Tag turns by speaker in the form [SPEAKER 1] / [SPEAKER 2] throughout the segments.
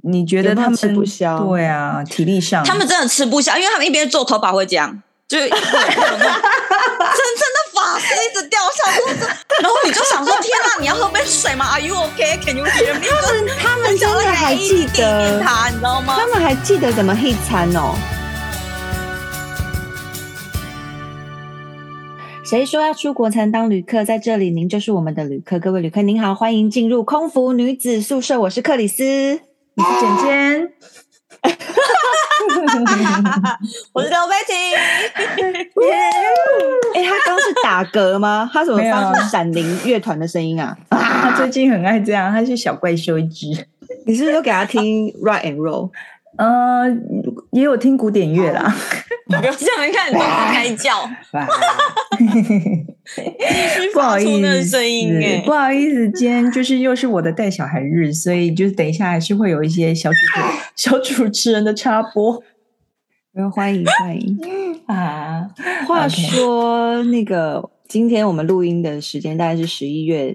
[SPEAKER 1] 你觉
[SPEAKER 2] 有
[SPEAKER 1] 得
[SPEAKER 2] 没有
[SPEAKER 1] 他们
[SPEAKER 2] 吃不消
[SPEAKER 1] 对啊，体力上
[SPEAKER 3] 他们真的吃不消，因为他们一边做头发会这样，就是一个真正的发丝一直掉下来，然后你就想说：天啊，你要喝杯水吗？Are you okay? Can you hear me？
[SPEAKER 2] 他们他们真的还记得，
[SPEAKER 3] 他，你知道吗
[SPEAKER 2] 他？们还记得怎么 hit 餐哦。谁说要出国才能当旅客？在这里，您就是我们的旅客。各位旅客，您好，欢迎进入空服女子宿舍。我是克里斯。
[SPEAKER 1] 你是简简，
[SPEAKER 3] 我是刘贝婷，
[SPEAKER 2] 哎、他刚是打嗝吗？他怎么发
[SPEAKER 1] 没
[SPEAKER 2] 出
[SPEAKER 1] 有
[SPEAKER 2] 闪灵乐团的声音啊？
[SPEAKER 1] 他最近很爱这样，他是小怪兽一只。
[SPEAKER 2] 你是不是都给他听 rock and roll？
[SPEAKER 1] 呃，也有听古典乐 啦。
[SPEAKER 3] 不要这样，你看你都不开窍，你
[SPEAKER 1] 不好
[SPEAKER 3] 发出
[SPEAKER 1] 意
[SPEAKER 3] 那个
[SPEAKER 1] 思，
[SPEAKER 3] 声音 哎
[SPEAKER 1] 不。好意思，今天就是又是我的带小孩日，所以就是等一下还是会有一些小主小主持人的插播
[SPEAKER 2] 没有欢迎欢迎。
[SPEAKER 1] 啊。
[SPEAKER 2] 话
[SPEAKER 1] OK
[SPEAKER 2] 说，那个今天我们录音的时间大概是十一月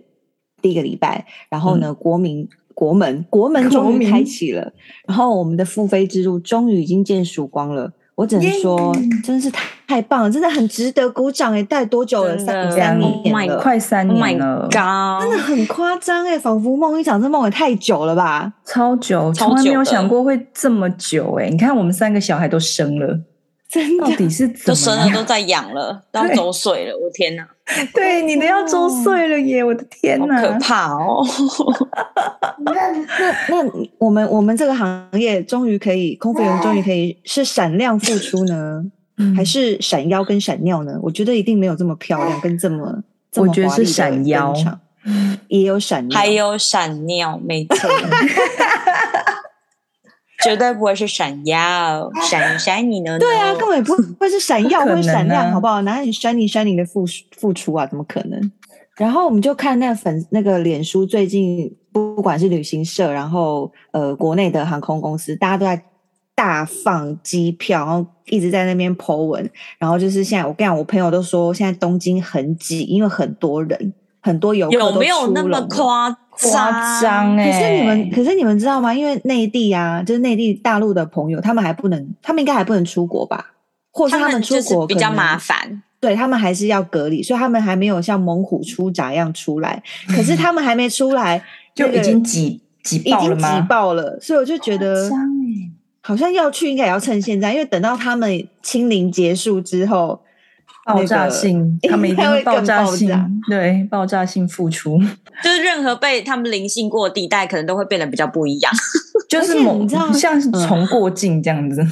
[SPEAKER 2] 第一个礼拜，然后呢，国民国门国门
[SPEAKER 1] 嗯国
[SPEAKER 2] 终于
[SPEAKER 1] 民
[SPEAKER 2] 开启了，然后我们的付费之路终于已经见曙光了。我只能
[SPEAKER 1] 耶
[SPEAKER 2] 说，真是太棒了，真的很值得鼓掌哎！带多久了？
[SPEAKER 3] 真
[SPEAKER 2] 三
[SPEAKER 3] 的
[SPEAKER 2] 三
[SPEAKER 1] 两
[SPEAKER 2] 年了，
[SPEAKER 1] 快三
[SPEAKER 3] Oh
[SPEAKER 1] 年
[SPEAKER 3] my
[SPEAKER 1] 了
[SPEAKER 3] god！
[SPEAKER 2] 真的很夸张哎！仿佛梦一场，这梦也太久了吧？
[SPEAKER 1] 超久，
[SPEAKER 3] 超
[SPEAKER 1] 从来没
[SPEAKER 3] 久
[SPEAKER 1] 有
[SPEAKER 3] 的
[SPEAKER 1] 想过会这么久哎、你看我们三个小孩都生了，
[SPEAKER 2] 真
[SPEAKER 1] 到
[SPEAKER 2] 的，
[SPEAKER 1] 底是
[SPEAKER 3] 都
[SPEAKER 1] 怎
[SPEAKER 3] 生
[SPEAKER 1] 么
[SPEAKER 3] 了，都
[SPEAKER 1] 了？
[SPEAKER 3] 在养了，都要
[SPEAKER 1] 对
[SPEAKER 3] 走水了，我天哪，
[SPEAKER 1] 对，你的要周岁了耶！我的天
[SPEAKER 3] 好可
[SPEAKER 1] 哪！
[SPEAKER 3] 怕哦！
[SPEAKER 2] 那那我们我们这个行业终于可以，空服员终于可以是闪亮付出呢？
[SPEAKER 1] 嗯
[SPEAKER 2] 还是闪腰跟闪尿呢？我觉得一定没有这么漂亮，跟这么这么
[SPEAKER 1] 我觉得
[SPEAKER 2] 华丽的
[SPEAKER 1] 是闪腰
[SPEAKER 2] 登场，也有闪尿，
[SPEAKER 3] 还有闪尿，没错，绝对不会是闪耀，闪闪你呢？
[SPEAKER 2] 对啊，根本不 会是闪耀，
[SPEAKER 1] 不
[SPEAKER 2] 不
[SPEAKER 1] 可
[SPEAKER 2] 会闪
[SPEAKER 1] 能啊
[SPEAKER 2] 亮，好不好？哪里 shining shining 的付付出啊？怎么可能？然后我们就看那粉那个脸书最近，不管是旅行社，然后呃国内的航空公司，大家都在大放机票，然后一直在那边 po 文，然后就是现在我跟你讲，我朋友都说现在东京很挤，因为很多人，很多游客
[SPEAKER 3] 有
[SPEAKER 2] 都
[SPEAKER 3] 没有
[SPEAKER 2] 出
[SPEAKER 3] 那么
[SPEAKER 2] 笼了
[SPEAKER 3] 夸张？
[SPEAKER 1] 夸张
[SPEAKER 3] 嗯
[SPEAKER 1] 哎！
[SPEAKER 2] 可是你 们，可是你们知道吗？因为内地啊，就是内地大陆的朋友，他们还不能，他们应该还不能出国吧？或是
[SPEAKER 3] 他
[SPEAKER 2] 们
[SPEAKER 3] 们
[SPEAKER 2] 出
[SPEAKER 3] 就是
[SPEAKER 2] 国
[SPEAKER 3] 比较
[SPEAKER 2] 可能
[SPEAKER 3] 麻，烦，
[SPEAKER 2] 对他们还是要隔离，所以他们还没有像猛虎出闸一样出 来。可是他们还没出来，
[SPEAKER 1] 就
[SPEAKER 2] 那个
[SPEAKER 1] 已经挤挤
[SPEAKER 2] 已
[SPEAKER 1] 爆
[SPEAKER 2] 经
[SPEAKER 1] 了吗？
[SPEAKER 2] 挤爆了，所以我就觉得好像要去，应该也要趁现在，因为等到他们清零结束之后，
[SPEAKER 1] 爆炸性，
[SPEAKER 2] 那个
[SPEAKER 1] 他们一定
[SPEAKER 2] 应该
[SPEAKER 1] 会
[SPEAKER 2] 会更
[SPEAKER 1] 爆炸
[SPEAKER 2] 爆
[SPEAKER 1] 性，
[SPEAKER 2] 炸
[SPEAKER 1] 对，爆炸性付出，
[SPEAKER 3] 就是任何被他们灵性过的地带，可能都会变得比较不一样。
[SPEAKER 1] 就
[SPEAKER 2] 而
[SPEAKER 1] 是
[SPEAKER 2] 且
[SPEAKER 1] 某
[SPEAKER 2] 你知道
[SPEAKER 1] 像是重过境这样子，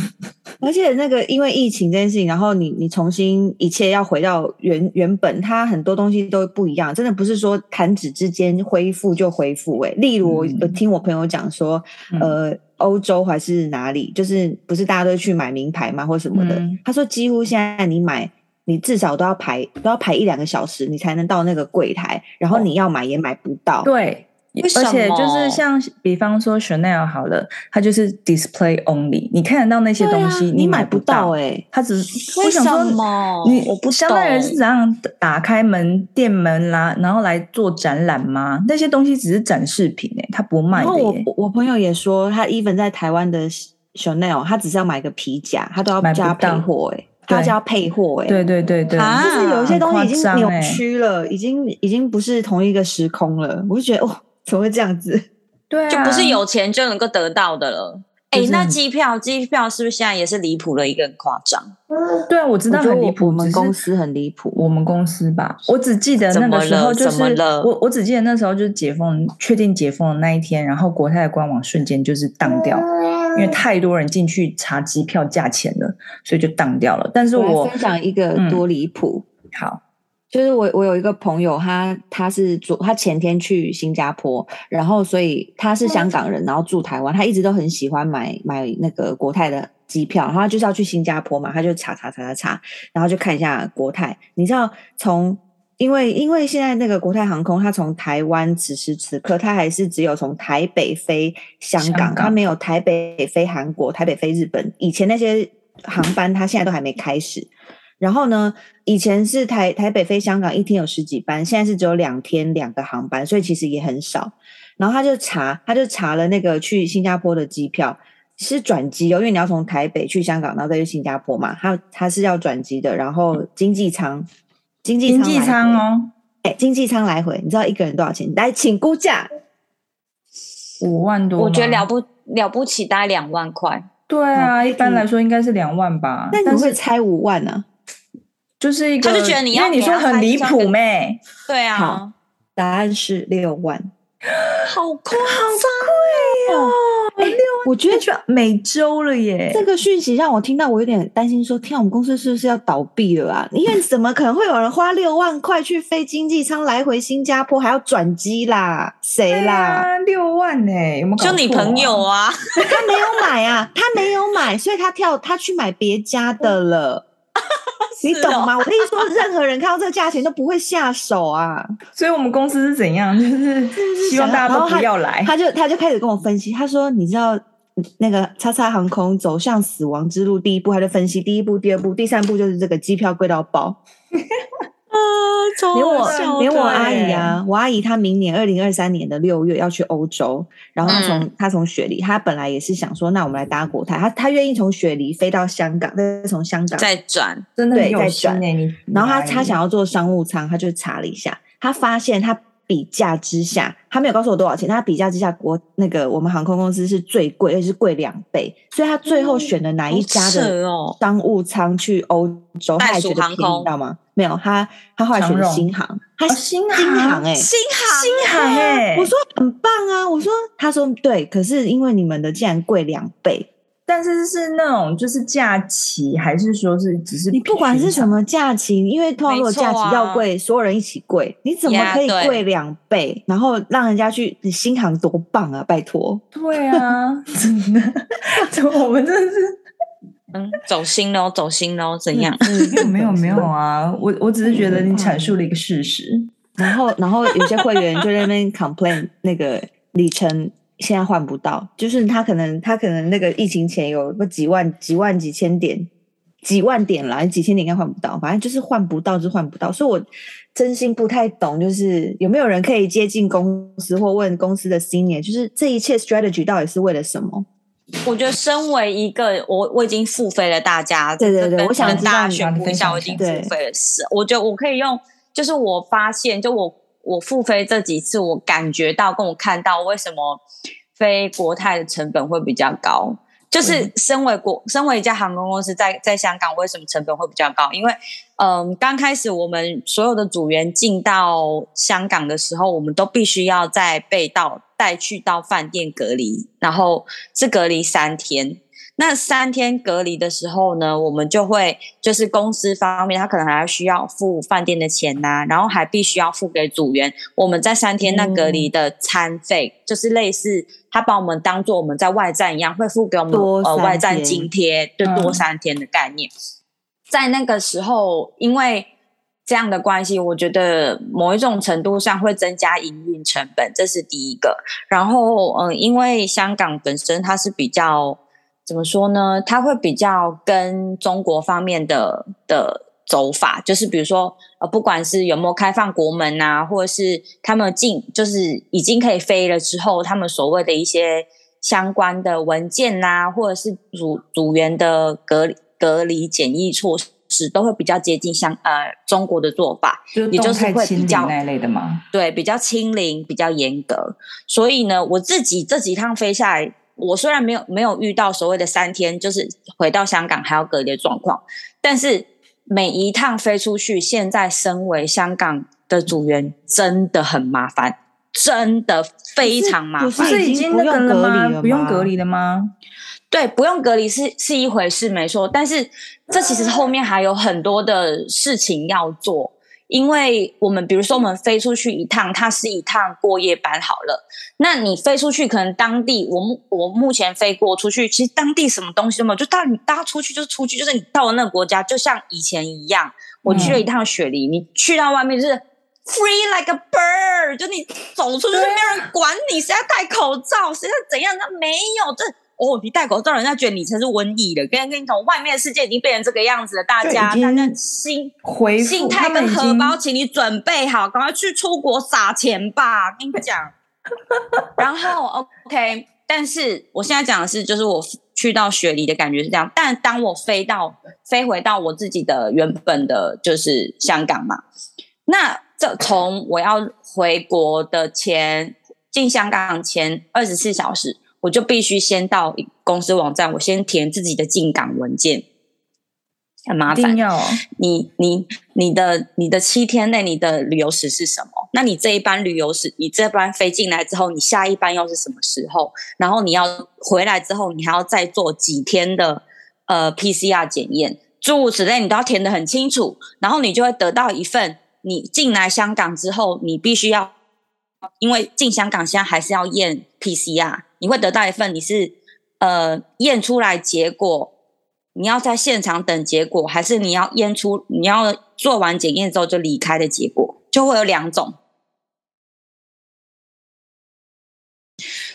[SPEAKER 2] 而且那个因为疫情这件事情，然后你你重新一切要回到原原本，它很多东西都不一样，真的不是说弹指之间恢复就恢复、欸。例如我
[SPEAKER 1] 嗯
[SPEAKER 2] 有听我朋友讲说，呃，欧洲还是哪里，就是不是大家都去买名牌嘛，或什么的。
[SPEAKER 1] 嗯
[SPEAKER 2] 他说几乎现在你买。你至少都要排都要排一两个小时，你才能到那个柜台，然后你要买也买不到。
[SPEAKER 1] 对，
[SPEAKER 3] 为什
[SPEAKER 1] 而且就是
[SPEAKER 3] 么
[SPEAKER 1] 像比方说 Chanel 好了，它就是 display only，你看得到那些
[SPEAKER 2] 对啊
[SPEAKER 1] 东西，
[SPEAKER 2] 你
[SPEAKER 1] 买
[SPEAKER 2] 不
[SPEAKER 1] 到，
[SPEAKER 2] 哎、
[SPEAKER 1] 它只
[SPEAKER 3] 为
[SPEAKER 1] 我
[SPEAKER 3] 什
[SPEAKER 1] 想说
[SPEAKER 3] 么？
[SPEAKER 1] 你
[SPEAKER 3] 哦我不
[SPEAKER 1] 相当于
[SPEAKER 3] 懂
[SPEAKER 1] 是怎样打开门店门啦，然后来做展览吗？那些东西只是展示品诶、它不卖
[SPEAKER 2] 然后
[SPEAKER 1] 的
[SPEAKER 2] 我
[SPEAKER 1] 耶，
[SPEAKER 2] 我我朋友也说，他 even 在台湾的 Chanel，他只是要买个皮夹，他都要
[SPEAKER 1] 买不
[SPEAKER 2] 加配
[SPEAKER 1] 到
[SPEAKER 2] 货哎、他要
[SPEAKER 1] 对
[SPEAKER 2] 加配货哎、
[SPEAKER 1] 对对对对，
[SPEAKER 3] 啊
[SPEAKER 2] 就是有一些
[SPEAKER 1] 很
[SPEAKER 2] 东
[SPEAKER 1] 夸
[SPEAKER 2] 西已经
[SPEAKER 1] 张
[SPEAKER 2] 扭
[SPEAKER 1] 欸
[SPEAKER 2] 曲了，已经已经不是同一个时空了。我就觉得哦，怎么会这样子？
[SPEAKER 1] 对啊，
[SPEAKER 3] 就不是有钱就能够得到的了。哎、
[SPEAKER 1] 就是
[SPEAKER 3] 那
[SPEAKER 1] 很
[SPEAKER 3] 机票，机票是不是现在也是离谱的一个很夸张？
[SPEAKER 1] 对啊，我知
[SPEAKER 2] 我
[SPEAKER 1] 道
[SPEAKER 2] 觉得
[SPEAKER 1] 很离
[SPEAKER 2] 我
[SPEAKER 1] 谱，
[SPEAKER 2] 我们
[SPEAKER 1] 只是
[SPEAKER 2] 公司很离谱
[SPEAKER 1] 我们公司吧，我只记得那
[SPEAKER 3] 怎么
[SPEAKER 1] 个时候
[SPEAKER 3] 了
[SPEAKER 1] 就是
[SPEAKER 3] 怎么了
[SPEAKER 1] 我我只记得那时候就是解封，确定解封的那一天，然后国泰的官网瞬间就是当掉，因为太多人进去查机票价钱了，所以就当掉了。但是
[SPEAKER 2] 我
[SPEAKER 1] 我
[SPEAKER 2] 来分享一个
[SPEAKER 1] 嗯
[SPEAKER 2] 多离谱。
[SPEAKER 1] 好，
[SPEAKER 2] 就是我，我有一个朋友，他他是住，他前天去新加坡，然后所以他是香港人，然后住台湾，他一直都很喜欢买买那个国泰的机票，然后他就是要去新加坡嘛，他就查查查查查，然后就看一下国泰，你知道从。因为因为现在那个国泰航空，它从台湾此时此刻，它还是只有从台北飞香港，
[SPEAKER 1] 香港
[SPEAKER 2] 它没有台北飞韩国、台北飞日本。以前那些航班，它现在都还没开始。然后呢，以前是台台北飞香港一天有十几班，现在是只有两天两个航班，所以其实也很少。然后他就查，他就查了那个去新加坡的机票是转机哦，因为你要从台北去香港，然后再去新加坡嘛，他他是要转机的，然后经济舱，经济
[SPEAKER 1] 经济
[SPEAKER 2] 来
[SPEAKER 1] 舱
[SPEAKER 2] 回，
[SPEAKER 1] 哦，
[SPEAKER 2] 哎、经济舱来回，你知道一个人多少钱？来，请估价，
[SPEAKER 1] 五万多吗，
[SPEAKER 3] 我觉得了不了不起，大概两万块。
[SPEAKER 1] 对啊，一般来说应该是两万吧，
[SPEAKER 2] 嗯那
[SPEAKER 1] 但
[SPEAKER 2] 你
[SPEAKER 1] 是
[SPEAKER 2] 会猜五万呢、
[SPEAKER 1] 就是一个，
[SPEAKER 3] 他就觉得你要
[SPEAKER 1] 因为你
[SPEAKER 3] 给他
[SPEAKER 1] 说很离
[SPEAKER 3] 拍照
[SPEAKER 1] 谱
[SPEAKER 3] 跟
[SPEAKER 1] 妹，
[SPEAKER 3] 对啊，
[SPEAKER 2] 好答案是六万。
[SPEAKER 3] 好夸张！
[SPEAKER 2] 我觉得
[SPEAKER 1] 去美洲了耶
[SPEAKER 2] 这个讯息让我听到，我有点担心说天啊，我们公司是不是要倒闭了 啊？因为怎么可能会有人花六万块去飞经济舱来回新加坡，还要转机啦？谁
[SPEAKER 1] 对
[SPEAKER 2] 啦？
[SPEAKER 1] 啊，六万呢、有没有搞错啊、
[SPEAKER 3] 就你朋友啊，
[SPEAKER 2] 他没有买啊，他没有买，所以他跳，他去买别家的了。你
[SPEAKER 3] 是
[SPEAKER 2] 懂
[SPEAKER 3] 哦
[SPEAKER 2] 吗？我跟你说，任何人看到这个价钱都不会下手啊。
[SPEAKER 1] 所以我们公司是怎样？就是希望大家都不要
[SPEAKER 3] 哎
[SPEAKER 1] 来。
[SPEAKER 2] 他就他就开始跟我分析，他说：“你知道那个叉叉航空走向死亡之路第一步，他就分析第一步、第二步、第三步就是这个机票贵到爆。连
[SPEAKER 3] 哦
[SPEAKER 1] 好笑
[SPEAKER 2] 我连我
[SPEAKER 1] 的
[SPEAKER 2] 阿姨
[SPEAKER 1] 耶
[SPEAKER 2] 啊，我阿姨她明年二零二三年的六月要去欧洲，然后她从、
[SPEAKER 3] 嗯
[SPEAKER 2] 她从雪梨，她本来也是想说，那我们来搭国泰，她她愿意从雪梨飞到香港，再从香港
[SPEAKER 3] 再转
[SPEAKER 1] 真的很
[SPEAKER 2] 对
[SPEAKER 1] 有
[SPEAKER 2] 在
[SPEAKER 1] 心
[SPEAKER 2] 转
[SPEAKER 1] 哎、你
[SPEAKER 2] 然后他
[SPEAKER 1] 你
[SPEAKER 2] 他想要做商务舱，他就查了一下，他发现他比价之下，他没有告诉我多少钱，但他比价之下国那个我们航空公司是最贵，而且是贵两倍，所以他最后选了哪一家
[SPEAKER 3] 嗯好扯
[SPEAKER 2] 的
[SPEAKER 3] 哦
[SPEAKER 2] 商务舱去欧洲，他
[SPEAKER 3] 袋
[SPEAKER 2] 还
[SPEAKER 3] 鼠
[SPEAKER 2] 觉得便
[SPEAKER 3] 航
[SPEAKER 2] 宜，
[SPEAKER 3] 空
[SPEAKER 2] 你知道吗？没有，他他后来选
[SPEAKER 1] 长
[SPEAKER 2] 了
[SPEAKER 1] 荣
[SPEAKER 2] 新航，他
[SPEAKER 1] 哦新航
[SPEAKER 2] 航哎、
[SPEAKER 3] 新航
[SPEAKER 1] 新海哎、
[SPEAKER 2] 我说很棒啊！我说，他说对，可是因为你们的竟然贵两倍，
[SPEAKER 1] 但是是那种就是假期，还是说是只是
[SPEAKER 2] 你不管是什么假期，因为通常如果假期要贵，所有人一起贵，你怎么
[SPEAKER 3] 啊呀
[SPEAKER 2] 可以
[SPEAKER 3] 对
[SPEAKER 2] 贵两倍，然后让人家去你新航多棒啊！拜托，
[SPEAKER 1] 平常？对 啊，真的， 怎么我们真的是
[SPEAKER 3] 嗯，走心喽，走心喽，怎样？
[SPEAKER 1] 没嗯有没有没有啊！我我只是觉得你阐述了一个事实，
[SPEAKER 2] 然后然后有些会员就在那边 complain 那个里程。现在换不到，就是他可能他可能那个疫情前有个几万几万几千点几万点啦，几千点应该换不到，反正就是换不到就换不到。所以我真心不太懂，就是有没有人可以接近公司或问公司的 senior，就是这一切 strategy 到底是为了什么？
[SPEAKER 3] 我觉得身为一个我我已经付费了大家，
[SPEAKER 2] 对对对
[SPEAKER 3] 这跟
[SPEAKER 2] 我想
[SPEAKER 3] 跟
[SPEAKER 2] 知
[SPEAKER 3] 大
[SPEAKER 2] 道
[SPEAKER 3] 家
[SPEAKER 2] 你
[SPEAKER 3] 宣布一下，我已经付
[SPEAKER 2] 对
[SPEAKER 3] 费了。是，我觉得我可以用，就是我发现，就我我付费这几次，我感觉到跟我看到为什么飞国泰的成本会比较高。
[SPEAKER 2] 嗯
[SPEAKER 3] 就是身为国，身为一家航空公司在在香港，为什么成本会比较高？因为，嗯，刚开始我们所有的组员进到香港的时候，我们都必须要再被到带去到饭店隔离，然后是隔离三天。那三天隔离的时候呢，我们就会就是公司方面，他可能还需要付饭店的钱呐、然后还必须要付给组员我们在三天那隔离的餐费，就是类似他把我们当做我们在外站一样，会付给我们
[SPEAKER 2] 多
[SPEAKER 3] 呃
[SPEAKER 2] 三
[SPEAKER 3] 外站
[SPEAKER 2] 天
[SPEAKER 3] 津贴，就
[SPEAKER 1] 嗯
[SPEAKER 3] 多三天的概念。在那个时候，因为这样的关系，我觉得某一种程度上会增加营运成本，这是第一个。然后，嗯，因为香港本身它是比较怎么说呢？它会比较跟中国方面的的走法，就是比如说，呃，不管是有没有开放国门啊，或者是他们进就是已经可以飞了之后，他们所谓的一些相关的文件呐、或者是组组员的隔离隔离检疫措施，都会比较接近香呃中国的做法。
[SPEAKER 1] 就
[SPEAKER 3] 也就是
[SPEAKER 1] 动态
[SPEAKER 3] 会
[SPEAKER 1] 清
[SPEAKER 3] 比
[SPEAKER 1] 理
[SPEAKER 3] 较
[SPEAKER 1] 那一类的嘛。
[SPEAKER 3] 对，比较清零，比较严格。所以呢，我自己这几趟飞下来，我虽然没有没有遇到所谓的三天，就是回到香港还要隔离的状况，但是每一趟飞出去，现在身为香港的组员，真的很麻烦，真的非常麻
[SPEAKER 2] 不
[SPEAKER 3] 烦。
[SPEAKER 1] 不
[SPEAKER 2] 是
[SPEAKER 1] 是
[SPEAKER 2] 已
[SPEAKER 1] 已
[SPEAKER 2] 经
[SPEAKER 1] 经
[SPEAKER 2] 不
[SPEAKER 1] 那
[SPEAKER 2] 用
[SPEAKER 1] 个
[SPEAKER 2] 隔离
[SPEAKER 1] 吗？
[SPEAKER 2] 了
[SPEAKER 1] 不用
[SPEAKER 2] 吗
[SPEAKER 1] 隔离了吗？
[SPEAKER 3] 对，不用隔离是是一回事，没错。但是这其实后面还有很多的事情要做，因为我们比如说我们飞出去一趟，它是一趟过夜班好了。那你飞出去，可能当地我目我目前飞过出去，其实当地什么东西都没有，就大你大家出去就是出去，就是你到了那个国家，就像以前一样。我去了一趟雪梨，你去到外面就是 free like a bird，就你走出去就是没有人管你，谁在戴口罩，谁在怎样，那没有这。哦，你戴口罩，人家觉得你才是瘟疫的。跟跟你讲，外面的世界已经变成这个样子了，大
[SPEAKER 1] 对
[SPEAKER 3] 家
[SPEAKER 1] 已
[SPEAKER 3] 大家
[SPEAKER 1] 经
[SPEAKER 3] 心
[SPEAKER 1] 回复
[SPEAKER 3] 心
[SPEAKER 1] 他
[SPEAKER 3] 态
[SPEAKER 1] 们
[SPEAKER 3] 跟
[SPEAKER 1] 已
[SPEAKER 3] 荷
[SPEAKER 1] 经
[SPEAKER 3] 包，请你准备好，赶快去出国撒钱吧！跟你讲，然后 OK，但是我现在讲的是，就是我去到雪梨的感觉是这样，但当我飞到飞回到我自己的原本的，就是香港嘛，那这从我要回国的前进香港前二十四小时，我就必须先到公司网站，我先填自己的进港文件。很麻
[SPEAKER 1] 一定
[SPEAKER 3] 烦，
[SPEAKER 1] 要
[SPEAKER 3] 你你你的你的七天内你的旅游史是什么？那你这一班旅游史，你这班飞进来之后，你下一班又是什么时候？然后你要回来之后，你还要再做几天的呃 PCR 检验，诸如此类，你都要填得很清楚，然后你就会得到一份你进来香港之后，你必须要，因为进香港现在还是要验 PCR，你会得到一份你是呃验出来结果，你要在现场等结果，还是你要验出你要做完检验之后就离开的结果，就会有两种。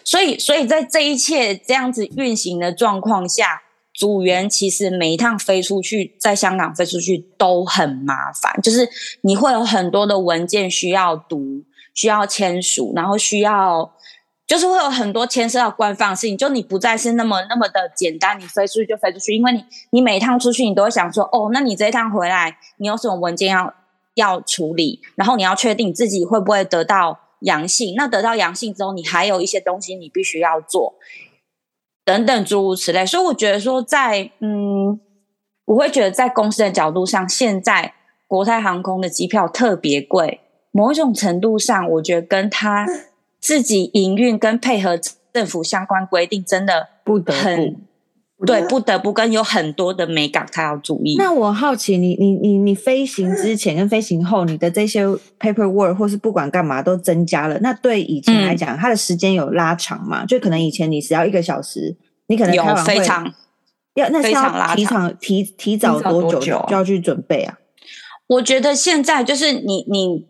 [SPEAKER 3] 所以，所以在这一切这样子运行的状况下，组员其实每一趟飞出去，在香港飞出去都很麻烦，就是你会有很多的文件需要读、需要签署，然后需要就是会有很多牵涉到官方的事情，就你不再是那么那么的简单，你飞出去就飞出去，因为你你每一趟出去，你都会想说，哦，那你这一趟回来，你有什么文件要要处理，然后你要确定自己会不会得到阳性，那得到阳性之后，你还有一些东西你必须要做，等等诸如此类。所以我觉得说在，嗯，我会觉得在公司的角度上，现在国泰航空的机票特别贵，某一种程度上，我觉得跟它自己营运跟配合政府相关规定真的
[SPEAKER 2] 不得不
[SPEAKER 3] 很。对，不得不跟有很多的美感，他要注意。
[SPEAKER 2] 那我好奇你，你你你飞行之前跟飞行后，你的这些 paperwork 或是不管干嘛都增加了。那对以前
[SPEAKER 3] 嗯
[SPEAKER 2] 来讲，它的时间有拉长吗？就可能以前你只要一个小时，你可能
[SPEAKER 3] 有
[SPEAKER 2] 开完会
[SPEAKER 3] 非常，
[SPEAKER 2] 要那是
[SPEAKER 3] 非常
[SPEAKER 2] 要
[SPEAKER 3] 拉
[SPEAKER 2] 提早提提早
[SPEAKER 1] 提早
[SPEAKER 2] 多
[SPEAKER 1] 多
[SPEAKER 2] 久
[SPEAKER 1] 久
[SPEAKER 2] 就要去准备啊？
[SPEAKER 3] 我觉得现在就是你你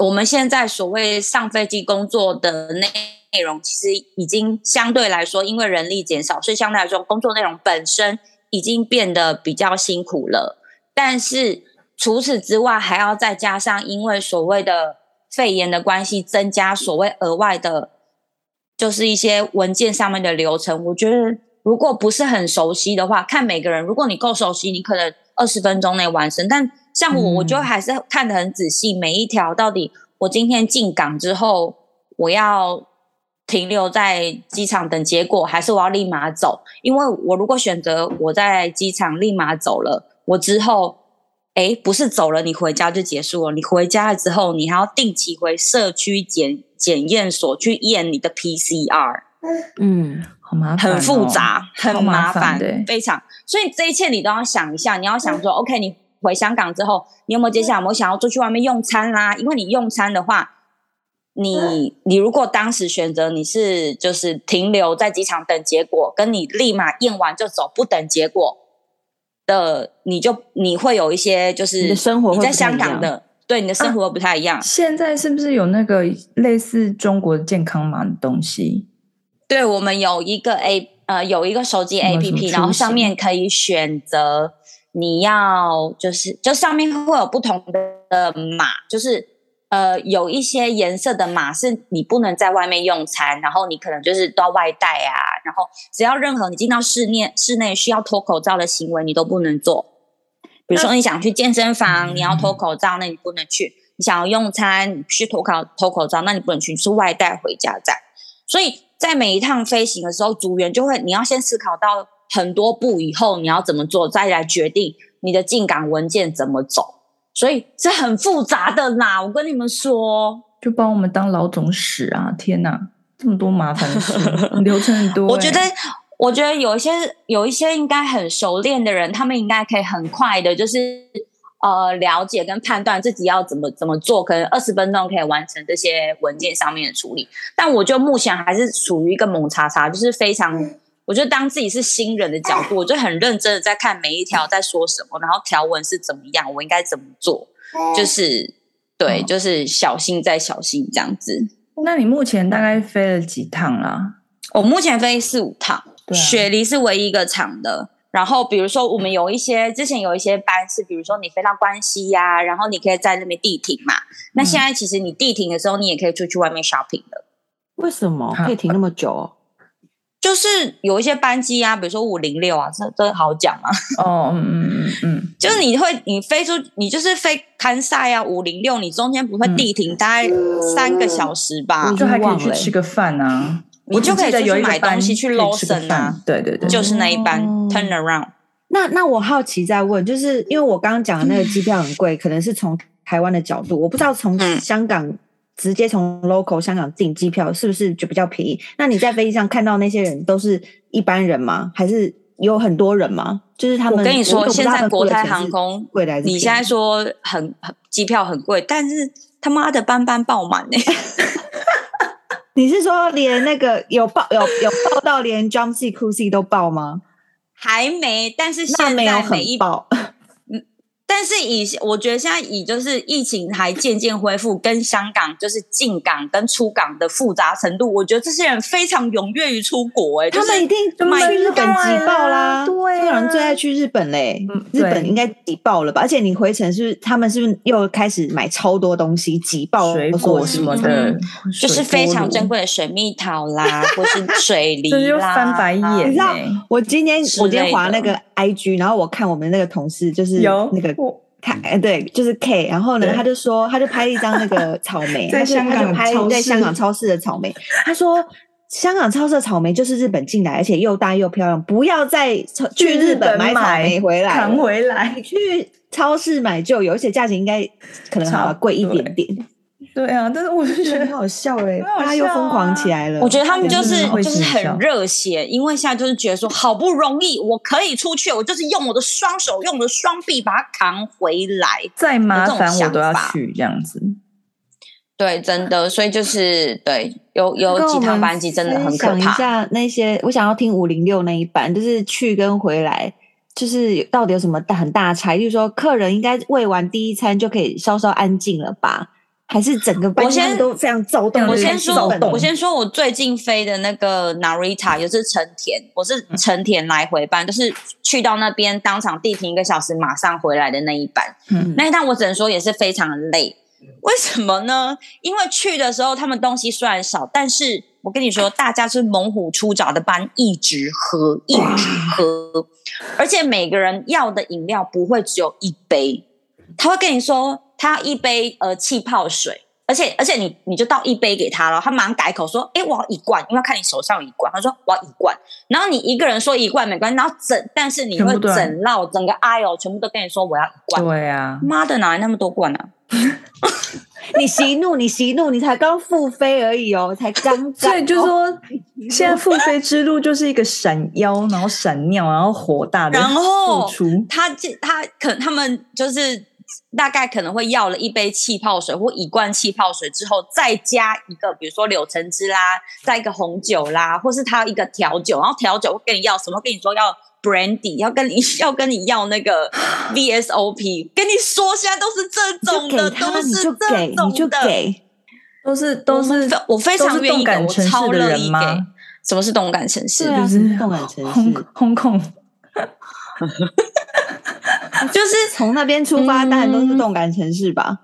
[SPEAKER 3] 我们现在所谓上飞机工作的内内容，其实已经相对来说，因为人力减少，所以相对来说工作内容本身已经变得比较辛苦了。但是除此之外，还要再加上因为所谓的肺炎的关系，增加所谓额外的，就是一些文件上面的流程。我觉得如果不是很熟悉的话，看每个人。如果你够熟悉，你可能二十分钟内完成。但像我，
[SPEAKER 1] 嗯
[SPEAKER 3] 我就还是看得很仔细，每一条到底我今天进港之后，我要停留在机场等结果，还是我要立马走？因为我如果选择我在机场立马走了，我之后。诶，不是走了，你回家就结束了。你回家了之后，你还要定期回社区检检验所去验你的 PCR，
[SPEAKER 2] 嗯，
[SPEAKER 1] 好麻烦哦、
[SPEAKER 3] 很复杂，
[SPEAKER 1] 超
[SPEAKER 3] 很
[SPEAKER 1] 麻
[SPEAKER 3] 烦，
[SPEAKER 1] 烦的
[SPEAKER 3] 非常。所以这一切你都要想一下，你要想说、o k 你回香港之后，你有没有接下来有没有想要出去外面用餐啦？因为你用餐的话，你你如果当时选择你是就是停留在机场等结果，跟你立马验完就走不等结果的，你就你会有一些就是
[SPEAKER 2] 你的生活会
[SPEAKER 3] 你在
[SPEAKER 2] 不太一
[SPEAKER 3] 香港
[SPEAKER 2] 样啊
[SPEAKER 3] 的对你的生活不太一样。
[SPEAKER 1] 现在是不是有那个类似中国健康码的东西？
[SPEAKER 3] 对，我们有一个 A 呃有一个手机
[SPEAKER 1] 有什么
[SPEAKER 3] APP，然后
[SPEAKER 1] 出行
[SPEAKER 3] 上面可以选择你要就是就上面会有不同的码，就是呃有一些颜色的码是你不能在外面用餐，然后你可能就是都要外带啊，然后只要任何你进到室内室内需要脱口罩的行为，你都不能做。比如说你想去健身房，你要
[SPEAKER 1] 嗯
[SPEAKER 3] 脱口罩，那你不能去；你想要用餐，你去脱口脱口罩，那你不能去，你是外带回家这样。所以在每一趟飞行的时候，组员就会你要先思考到很多步以后你要怎么做，再来决定你的进港文件怎么走。所以是很复杂的啦，我跟你们说，
[SPEAKER 1] 就帮我们当老总使啊！天哪，这么多麻烦的事，流程很多欸、
[SPEAKER 3] 我觉得。我觉得有一些有一些应该很熟练的人，他们应该可以很快的，就是呃了解跟判断自己要怎么怎么做，可能二十分钟可以完成这些文件上面的处理。但我就目前还是属于一个猛查查，就是非常我觉得当自己是新人的角度，我就很认真的在看每一条在说什么，然后条文是怎么样，我应该怎么做，就是对，
[SPEAKER 1] 嗯
[SPEAKER 3] 就是小心再小心这样子。
[SPEAKER 1] 那你目前大概飞了几趟啦？
[SPEAKER 3] 我目前飞四五趟，
[SPEAKER 1] 对啊
[SPEAKER 3] 雪梨是唯一一个长的。然后比如说我们有一些之前有一些班是，比如说你飞到关西呀、
[SPEAKER 2] 嗯
[SPEAKER 3] 然后你可以在那边地停嘛。那现在其实你地停的时候，你也可以出去外面 shopping 的。
[SPEAKER 2] 为什么可以停那么久、哦？
[SPEAKER 3] 就是有一些班机啊，比如说五零六啊， 这这好讲吗？
[SPEAKER 1] 哦，嗯嗯嗯嗯，
[SPEAKER 3] 就是你会你飞出，你就是飞堪赛啊，五零六，你中间不会地停大概三个小时吧？
[SPEAKER 2] 嗯
[SPEAKER 1] 就还可以去吃个饭啊。
[SPEAKER 3] 你就可以
[SPEAKER 1] 我记得
[SPEAKER 3] 出
[SPEAKER 1] 有
[SPEAKER 3] 去
[SPEAKER 1] 一个
[SPEAKER 3] 买
[SPEAKER 1] 班
[SPEAKER 3] 东西去
[SPEAKER 1] 可以吃个
[SPEAKER 3] Lawson 啊
[SPEAKER 1] 饭对对对，
[SPEAKER 3] 就是那一班、
[SPEAKER 2] 哦
[SPEAKER 3] turn around，
[SPEAKER 2] 那那我好奇在问，就是因为我刚刚讲的那个机票很贵，可能是从台湾的角度，我不知道从
[SPEAKER 3] 嗯
[SPEAKER 2] 香港、直接从 local 香港订机票是不是就比较便宜？那你在飞机上看到那些人都是一般人吗？还是有很多人吗？就是他们，
[SPEAKER 3] 我跟你
[SPEAKER 2] 我
[SPEAKER 3] 说，
[SPEAKER 2] 都不知
[SPEAKER 3] 现
[SPEAKER 2] 道他
[SPEAKER 3] 在
[SPEAKER 2] 们
[SPEAKER 3] 国
[SPEAKER 2] 付的
[SPEAKER 3] 泰
[SPEAKER 2] 钱
[SPEAKER 3] 航
[SPEAKER 2] 是
[SPEAKER 3] 空，
[SPEAKER 2] 贵的还是便宜
[SPEAKER 3] 你现在说很很机票很贵，但是他妈的班班爆满呢、
[SPEAKER 2] 你是说连那个有报有有报到连 jump seat、crew seat 都报吗？
[SPEAKER 3] 还没，但是
[SPEAKER 2] 那
[SPEAKER 3] 现
[SPEAKER 2] 没有
[SPEAKER 3] 在
[SPEAKER 2] 很
[SPEAKER 3] 每一，
[SPEAKER 2] 报，
[SPEAKER 3] 但是以我觉得现在以就是疫情还渐渐恢复，跟香港就是进港跟出港的复杂程度，我觉得这些人非常踊跃于出国、哎，就
[SPEAKER 2] 他
[SPEAKER 3] 是
[SPEAKER 2] 们一定
[SPEAKER 1] 就
[SPEAKER 2] 买
[SPEAKER 1] 买
[SPEAKER 2] 去日
[SPEAKER 1] 日
[SPEAKER 2] 本
[SPEAKER 1] 本
[SPEAKER 2] 挤
[SPEAKER 1] 啊
[SPEAKER 2] 爆啦！
[SPEAKER 1] 对啊
[SPEAKER 2] 香港人最爱去日本嘞
[SPEAKER 1] 嗯，
[SPEAKER 2] 日
[SPEAKER 1] 对
[SPEAKER 2] 本应该挤爆了吧？而且你回程是不是他们是不是又开始买超多东西，挤爆
[SPEAKER 1] 水
[SPEAKER 2] 所有
[SPEAKER 1] 果
[SPEAKER 2] 东西
[SPEAKER 1] 什么的，
[SPEAKER 2] 嗯
[SPEAKER 3] 就是非常珍
[SPEAKER 1] 贵，
[SPEAKER 3] 贵的水蜜桃啦，或是水梨
[SPEAKER 1] 这就
[SPEAKER 3] 啦，
[SPEAKER 1] 翻白眼
[SPEAKER 2] 你知道
[SPEAKER 1] 欸
[SPEAKER 2] 我今天
[SPEAKER 3] 之
[SPEAKER 2] 我今天划那
[SPEAKER 3] 类的
[SPEAKER 2] 个 IG，然后我看我们那个同事就是
[SPEAKER 1] 有
[SPEAKER 2] 那个
[SPEAKER 1] 我
[SPEAKER 2] 他呃对，就是 K，然后呢，
[SPEAKER 1] 对
[SPEAKER 2] 他就说，他就拍了一张那个草莓，
[SPEAKER 4] 在
[SPEAKER 2] 他就
[SPEAKER 4] 香港
[SPEAKER 2] 他就拍
[SPEAKER 4] 超市
[SPEAKER 2] 在香港超市的草莓，他说。香港超市的草莓就是日本进来，而且又大又漂亮。不要再超去日本买草莓回来
[SPEAKER 1] 扛
[SPEAKER 2] 了，
[SPEAKER 1] 回来
[SPEAKER 2] 你，去超市买就有，而且价钱应该可能
[SPEAKER 1] 差
[SPEAKER 2] 好
[SPEAKER 1] 不
[SPEAKER 2] 吧
[SPEAKER 1] 多
[SPEAKER 2] 贵一点点，
[SPEAKER 1] 对啊，但是我就
[SPEAKER 2] 就
[SPEAKER 1] 觉
[SPEAKER 2] 很
[SPEAKER 1] 得
[SPEAKER 2] 好笑哎、欸，
[SPEAKER 1] 很好
[SPEAKER 2] 大家又
[SPEAKER 1] 笑
[SPEAKER 2] 疯狂
[SPEAKER 1] 啊
[SPEAKER 2] 起来了。
[SPEAKER 3] 我觉得他们就是
[SPEAKER 1] 真的会
[SPEAKER 3] 就是
[SPEAKER 1] 行销
[SPEAKER 3] 很热血，因为现在就是觉得说好不容易我可以出去，我就是用我的双手，用我的双臂把它扛回来。
[SPEAKER 1] 再麻烦我都要
[SPEAKER 3] 有这种想法嗯
[SPEAKER 1] 去这样子。
[SPEAKER 3] 对，真的，所以就是对，有有
[SPEAKER 2] 跟
[SPEAKER 3] 几
[SPEAKER 2] 我
[SPEAKER 3] 趟
[SPEAKER 2] 们
[SPEAKER 3] 班机真的很可
[SPEAKER 2] 分享一
[SPEAKER 3] 怕。
[SPEAKER 2] 下那些，我想要听五零六那一版，就是去跟回来，就是到底有什么大很大的差异？就是说，客人应该喂完第一餐就可以稍稍安静了吧？还是整个班
[SPEAKER 3] 我先
[SPEAKER 2] 上都非常躁动？
[SPEAKER 3] 我
[SPEAKER 1] 对
[SPEAKER 3] 先
[SPEAKER 1] 很
[SPEAKER 3] 说
[SPEAKER 1] 躁动，
[SPEAKER 3] 我先说我最近飞的那个 Narita 也是成田，我是成田来回班，就是去到那边当场地停一个小时，马上回来的那一班。
[SPEAKER 1] 嗯
[SPEAKER 3] 那一趟我只能说也是非常累。为什么呢？因为去的时候他们东西虽然少，但是我跟你说，大家是猛虎出闸的班，一直喝，一直喝，而且每个人要的饮料不会只有一杯，他会跟你说他要一杯呃气泡水。而且而且你你就倒一杯给他了，他马上改口说：“哎、我要一罐，因为他看你手上有一罐。”他说：“我要一罐。”然后你一个人说一罐没关系，然后整但是你
[SPEAKER 1] 全
[SPEAKER 3] 会
[SPEAKER 1] 部都来
[SPEAKER 3] 整绕整个 aisle 全部都跟你说我要一罐，
[SPEAKER 1] 对啊，
[SPEAKER 3] 妈的，哪来那么多罐啊？
[SPEAKER 2] 你息怒，你息怒，你才刚复飞而已哦，才刚哦
[SPEAKER 1] 所以就说，现在复飞之路就是一个闪腰，然后闪尿，然后火大的
[SPEAKER 3] 然后
[SPEAKER 1] 付出。
[SPEAKER 3] 他这他可他们就是大概可能会要了一杯气泡水或一罐气泡水之后，再加一个比如说柳橙汁啦，再一个红酒啦，或是他一个调酒，然后调酒会跟你要什么？跟你说要 brandy，要跟你要跟你要那个 VSOP，跟你说现在都是这种
[SPEAKER 2] 你就
[SPEAKER 3] 的，
[SPEAKER 2] 给他，
[SPEAKER 3] 都
[SPEAKER 2] 你
[SPEAKER 3] 是
[SPEAKER 2] 就给，
[SPEAKER 3] 这
[SPEAKER 2] 你就
[SPEAKER 3] 种的。
[SPEAKER 2] 给。
[SPEAKER 1] 都是都
[SPEAKER 3] 我
[SPEAKER 1] 是
[SPEAKER 3] 们非我非
[SPEAKER 1] 都
[SPEAKER 3] 常
[SPEAKER 1] 是
[SPEAKER 3] 愿
[SPEAKER 1] 动
[SPEAKER 3] 意给，
[SPEAKER 1] 感
[SPEAKER 3] 我
[SPEAKER 1] 城市
[SPEAKER 3] 超
[SPEAKER 1] 的
[SPEAKER 3] 乐
[SPEAKER 1] 人
[SPEAKER 3] 意给
[SPEAKER 1] 吗。
[SPEAKER 3] 什么是动感城市？
[SPEAKER 2] 对啊，
[SPEAKER 1] 就
[SPEAKER 2] 什
[SPEAKER 1] 是
[SPEAKER 2] 么动感城
[SPEAKER 1] 轰
[SPEAKER 2] 市，
[SPEAKER 1] 轰控
[SPEAKER 3] 就是
[SPEAKER 2] 从那边出发，当然都是
[SPEAKER 3] 嗯
[SPEAKER 2] 动感城市吧。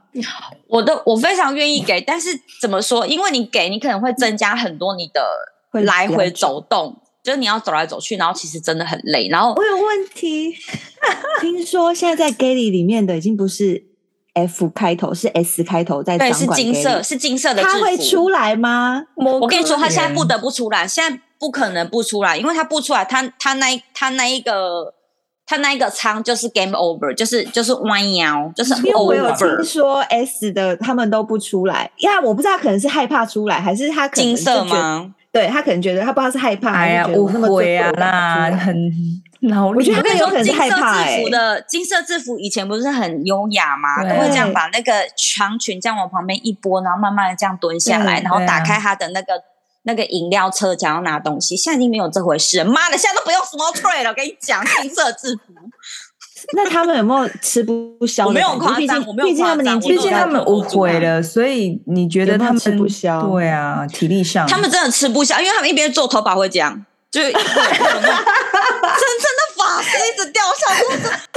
[SPEAKER 3] 我的我非常愿意给，但是怎么说？因为你给你可能会增加很多你的
[SPEAKER 2] 会
[SPEAKER 3] 来
[SPEAKER 2] 比较
[SPEAKER 3] 回
[SPEAKER 2] 久
[SPEAKER 3] 走动，就是你要走来走去，然后其实真的很累。然后
[SPEAKER 2] 我有问 题，听说现在在 Gally 里面的已经不是 F 开头，是 S 开头在掌
[SPEAKER 3] 对，是
[SPEAKER 2] 管
[SPEAKER 3] 金色，
[SPEAKER 2] Gally，
[SPEAKER 3] 是金色的制
[SPEAKER 2] 他会
[SPEAKER 3] 服。
[SPEAKER 2] 出来吗？
[SPEAKER 3] 我跟你说，他现在不
[SPEAKER 1] 得
[SPEAKER 3] 得不出来，现在不可能不出来，因为他不出来，他他那一他那一个他那一个仓就是 game over，就是就是弯腰，就是
[SPEAKER 2] 因为我有听
[SPEAKER 3] over。
[SPEAKER 2] 说 S 的他们都不出来，呀，我不知道可能是害怕出来，还是他可能
[SPEAKER 3] 金
[SPEAKER 2] 就觉得
[SPEAKER 3] 色？吗？
[SPEAKER 2] 对他可能觉得他不知道是害怕，
[SPEAKER 1] 哎
[SPEAKER 2] 还
[SPEAKER 1] 呀，
[SPEAKER 2] 是觉得
[SPEAKER 1] 误
[SPEAKER 2] 我那么做
[SPEAKER 1] 会啊
[SPEAKER 2] 作我干嘛
[SPEAKER 1] 啦，
[SPEAKER 2] 出来
[SPEAKER 1] 很劳力。
[SPEAKER 2] 我觉得
[SPEAKER 3] 我
[SPEAKER 2] 他
[SPEAKER 3] 跟你
[SPEAKER 2] 有
[SPEAKER 3] 说，
[SPEAKER 2] 可能是
[SPEAKER 3] 金
[SPEAKER 2] 害
[SPEAKER 3] 色
[SPEAKER 2] 怕欸
[SPEAKER 3] 制服的金色制服以前不是很优雅吗？
[SPEAKER 1] 对
[SPEAKER 3] 都会这样把那个长裙这样往旁边一拨，然后慢慢的这样蹲下来，
[SPEAKER 1] 嗯
[SPEAKER 3] 然后
[SPEAKER 1] 对啊
[SPEAKER 3] 打开他的那个那个饮料车，想要拿东西。现在已经没有这回事了，妈的，现在都不用 small tray 了。我跟你讲，金色制服，
[SPEAKER 2] 那他们有没有吃不消
[SPEAKER 3] 我
[SPEAKER 2] 的
[SPEAKER 3] 没
[SPEAKER 2] 感
[SPEAKER 3] 有
[SPEAKER 2] 觉？
[SPEAKER 3] 夸
[SPEAKER 2] 毕
[SPEAKER 3] 张
[SPEAKER 2] 竟
[SPEAKER 3] 我没有
[SPEAKER 2] 毕竟他们
[SPEAKER 3] 夸张
[SPEAKER 2] 年纪
[SPEAKER 3] 我
[SPEAKER 1] 毕
[SPEAKER 2] 比
[SPEAKER 3] 有
[SPEAKER 1] 竟
[SPEAKER 2] 较
[SPEAKER 1] 他们
[SPEAKER 2] 大
[SPEAKER 1] 误会了，所以你觉得他们
[SPEAKER 2] 有没有吃不消
[SPEAKER 1] 对 啊，体力上
[SPEAKER 3] 他们真的吃不消，因为他们一边做头发会这样，就是真真的发水一直掉下来，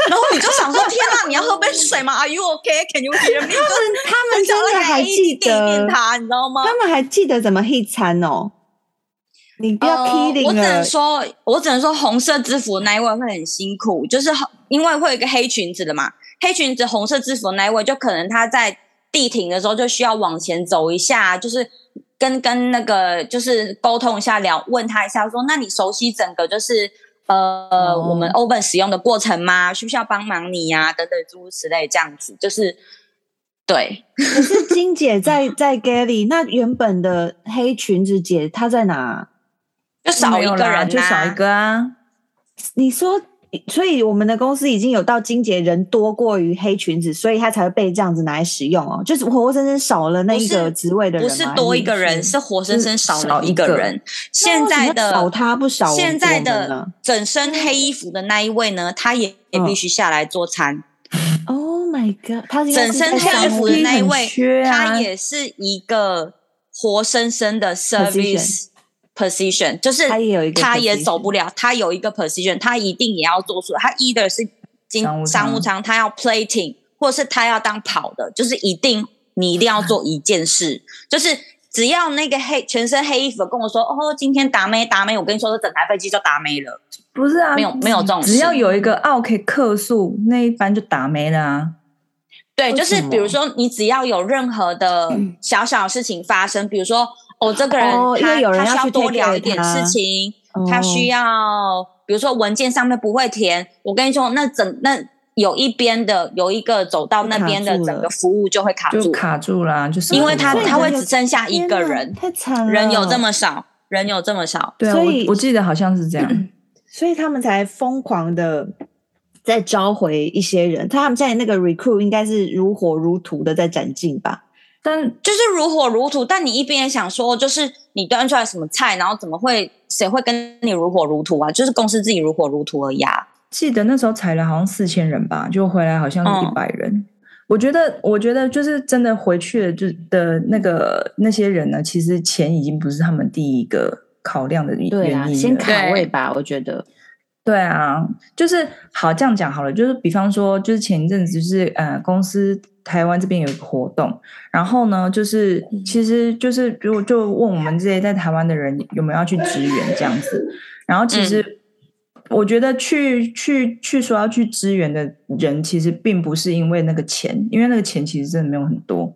[SPEAKER 3] 然后你就想说：天啊哪，你要喝杯水吗？Are you okay? Can you hear me？
[SPEAKER 2] 他们他们真的还记得，
[SPEAKER 3] 他，你知道吗？
[SPEAKER 2] 他们还记得怎么 hit 餐哦。你不要
[SPEAKER 3] 呃
[SPEAKER 2] kidding
[SPEAKER 3] 我只
[SPEAKER 2] 了
[SPEAKER 3] 能，说，我只能说，红色制服那一位会很辛苦，就是很因为会有一个黑裙子的嘛，黑裙子红色制服那一位，就可能他在地停的时候就需要往前走一下，就是跟跟那个就是沟通一下聊，问他一下说，那你熟悉整个就是。呃
[SPEAKER 2] 哦
[SPEAKER 3] 我们 open 使用的过程吗？需不需要帮忙你呀、等等诸如此类，这样子就是对，
[SPEAKER 2] 可是金姐在在 Gally，那原本的黑裙子姐她在哪？
[SPEAKER 3] 就少
[SPEAKER 1] 哦没
[SPEAKER 3] 一
[SPEAKER 1] 有
[SPEAKER 3] 个
[SPEAKER 1] 啦
[SPEAKER 3] 人、
[SPEAKER 1] 就少一。个啊。
[SPEAKER 2] 你说，所以我们的公司已经有到金姐人多过于黑裙子，所以她才会被这样子拿来使用哦，就是活生生少了那一
[SPEAKER 3] 不
[SPEAKER 2] 个
[SPEAKER 3] 是
[SPEAKER 2] 职位的人
[SPEAKER 3] 不
[SPEAKER 2] 吗，嗯
[SPEAKER 3] 是多一个
[SPEAKER 2] 还
[SPEAKER 3] 人，
[SPEAKER 2] 是
[SPEAKER 3] 是活生生少了一
[SPEAKER 1] 少一
[SPEAKER 3] 个
[SPEAKER 1] 个
[SPEAKER 3] 人。现在
[SPEAKER 2] 那为什么要少
[SPEAKER 3] 的
[SPEAKER 2] 他不少我
[SPEAKER 3] 现在
[SPEAKER 2] 我们呢
[SPEAKER 3] 的整身黑衣服的那一位呢，他也也
[SPEAKER 2] 嗯
[SPEAKER 3] 必须下来做餐。
[SPEAKER 2] Oh my god，她是应该
[SPEAKER 3] 整
[SPEAKER 2] 是在
[SPEAKER 3] 身黑衣
[SPEAKER 2] 上
[SPEAKER 3] 服
[SPEAKER 2] 面
[SPEAKER 3] 的那一
[SPEAKER 1] 很缺
[SPEAKER 3] 位，
[SPEAKER 1] 啊
[SPEAKER 3] 他也是一个活生生的 service position，就是
[SPEAKER 2] 他也有一个
[SPEAKER 3] 他也
[SPEAKER 2] position
[SPEAKER 3] 走不了，他有一个 position，他一定也要做出，他 either 是经
[SPEAKER 1] 商务舱
[SPEAKER 3] 商务舱，他要 plating，或是他要当跑的，就是一定你一定要做一件事，就是。只要那个黑全身黑衣服跟我说哦，今天达妹达妹，我跟你说，这整台飞机就达妹了，
[SPEAKER 1] 不是啊，
[SPEAKER 3] 没有没有这种事。
[SPEAKER 1] 只要有一个奥 K 客诉，那一班就打没了啊。
[SPEAKER 3] 对，
[SPEAKER 2] 为
[SPEAKER 3] 就
[SPEAKER 2] 什
[SPEAKER 3] 是
[SPEAKER 2] 么嗯
[SPEAKER 3] 比如说，你只要有任何的小小的事情发生，比如说，哦，这个人
[SPEAKER 2] 哦因
[SPEAKER 3] 他
[SPEAKER 2] 为有人
[SPEAKER 3] 他需
[SPEAKER 2] 要
[SPEAKER 3] 要
[SPEAKER 2] 去
[SPEAKER 3] 多
[SPEAKER 2] take
[SPEAKER 3] 聊
[SPEAKER 2] care
[SPEAKER 3] 一点
[SPEAKER 2] 他
[SPEAKER 3] 事情，
[SPEAKER 2] 哦
[SPEAKER 3] 他需要，比如说文件上面不会填，我跟你说，那整那有一边的有一个走到那边的
[SPEAKER 2] 就卡住了
[SPEAKER 3] 整个服务就会卡
[SPEAKER 1] 就
[SPEAKER 3] 住，
[SPEAKER 1] 卡住啦、就是啊
[SPEAKER 3] 因为他
[SPEAKER 2] 所以
[SPEAKER 3] 他会
[SPEAKER 2] 人有
[SPEAKER 3] 只剩下一个
[SPEAKER 2] 天哪
[SPEAKER 3] 人，
[SPEAKER 2] 太惨了，
[SPEAKER 3] 人有这么少，人有这么少，
[SPEAKER 1] 对啊，
[SPEAKER 2] 所
[SPEAKER 1] 我
[SPEAKER 2] 以
[SPEAKER 1] 我记得好像是这样，
[SPEAKER 3] 嗯
[SPEAKER 2] 所以他们才疯狂的在召回一些人。他们现在那个 recruit 应该是如火如荼的在展进吧？
[SPEAKER 1] 但
[SPEAKER 3] 就是如火如荼，但你一边也想说，就是你端出来什么菜，然后怎么会谁会跟你如火如荼啊？就是公司自己如火如荼而已啊。
[SPEAKER 1] 记得那时候裁了好像四千人吧，就回来好像是
[SPEAKER 2] 哦
[SPEAKER 3] 嗯
[SPEAKER 1] 一百人。我觉得，我觉得就是真的回去了，就的那个那些人呢，其实钱已经不是他们第一个考量的原因
[SPEAKER 2] 对啊，
[SPEAKER 1] 了。
[SPEAKER 2] 先卡
[SPEAKER 3] 对
[SPEAKER 2] 位吧，我觉得。
[SPEAKER 1] 对啊，就是好这样讲好了，就是比方说，就是前一阵子就是呃，公司台湾这边有一个活动，然后呢，就是其实就是如果就问我们这些在台湾的人有没有要去支援这样子，然后其实我觉得去去去说要去支援的人，其实并不是因为那个钱，因为那个钱其实真的没有很多，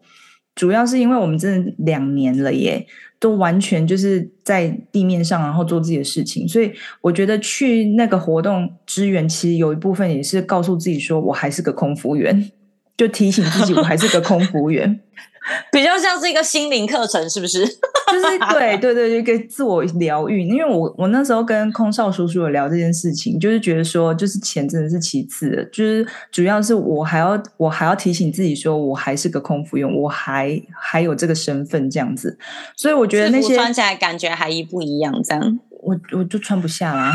[SPEAKER 1] 主要是因为我们真的两年了耶，都完全就是在地面上，然后做自己的事情。所以我觉得去那个活动支援，其实有一部分也是告诉自己说，我还是个空服员，就提醒自己我还是个空服员，
[SPEAKER 3] 比较像是一个心灵课程，是不是？
[SPEAKER 1] 就是对对对，一个自我疗愈。因为我我那时候跟空少叔叔有聊这件事情，就是觉得说，就是钱真的是其次的，就是主要是我还要我还要提醒自己说，我还是个空服员，我还还有这个身份这样子。所以我觉得那
[SPEAKER 3] 制服
[SPEAKER 1] 些
[SPEAKER 3] 穿起来感觉还一不一样，这样。
[SPEAKER 1] 我我就穿不下啦，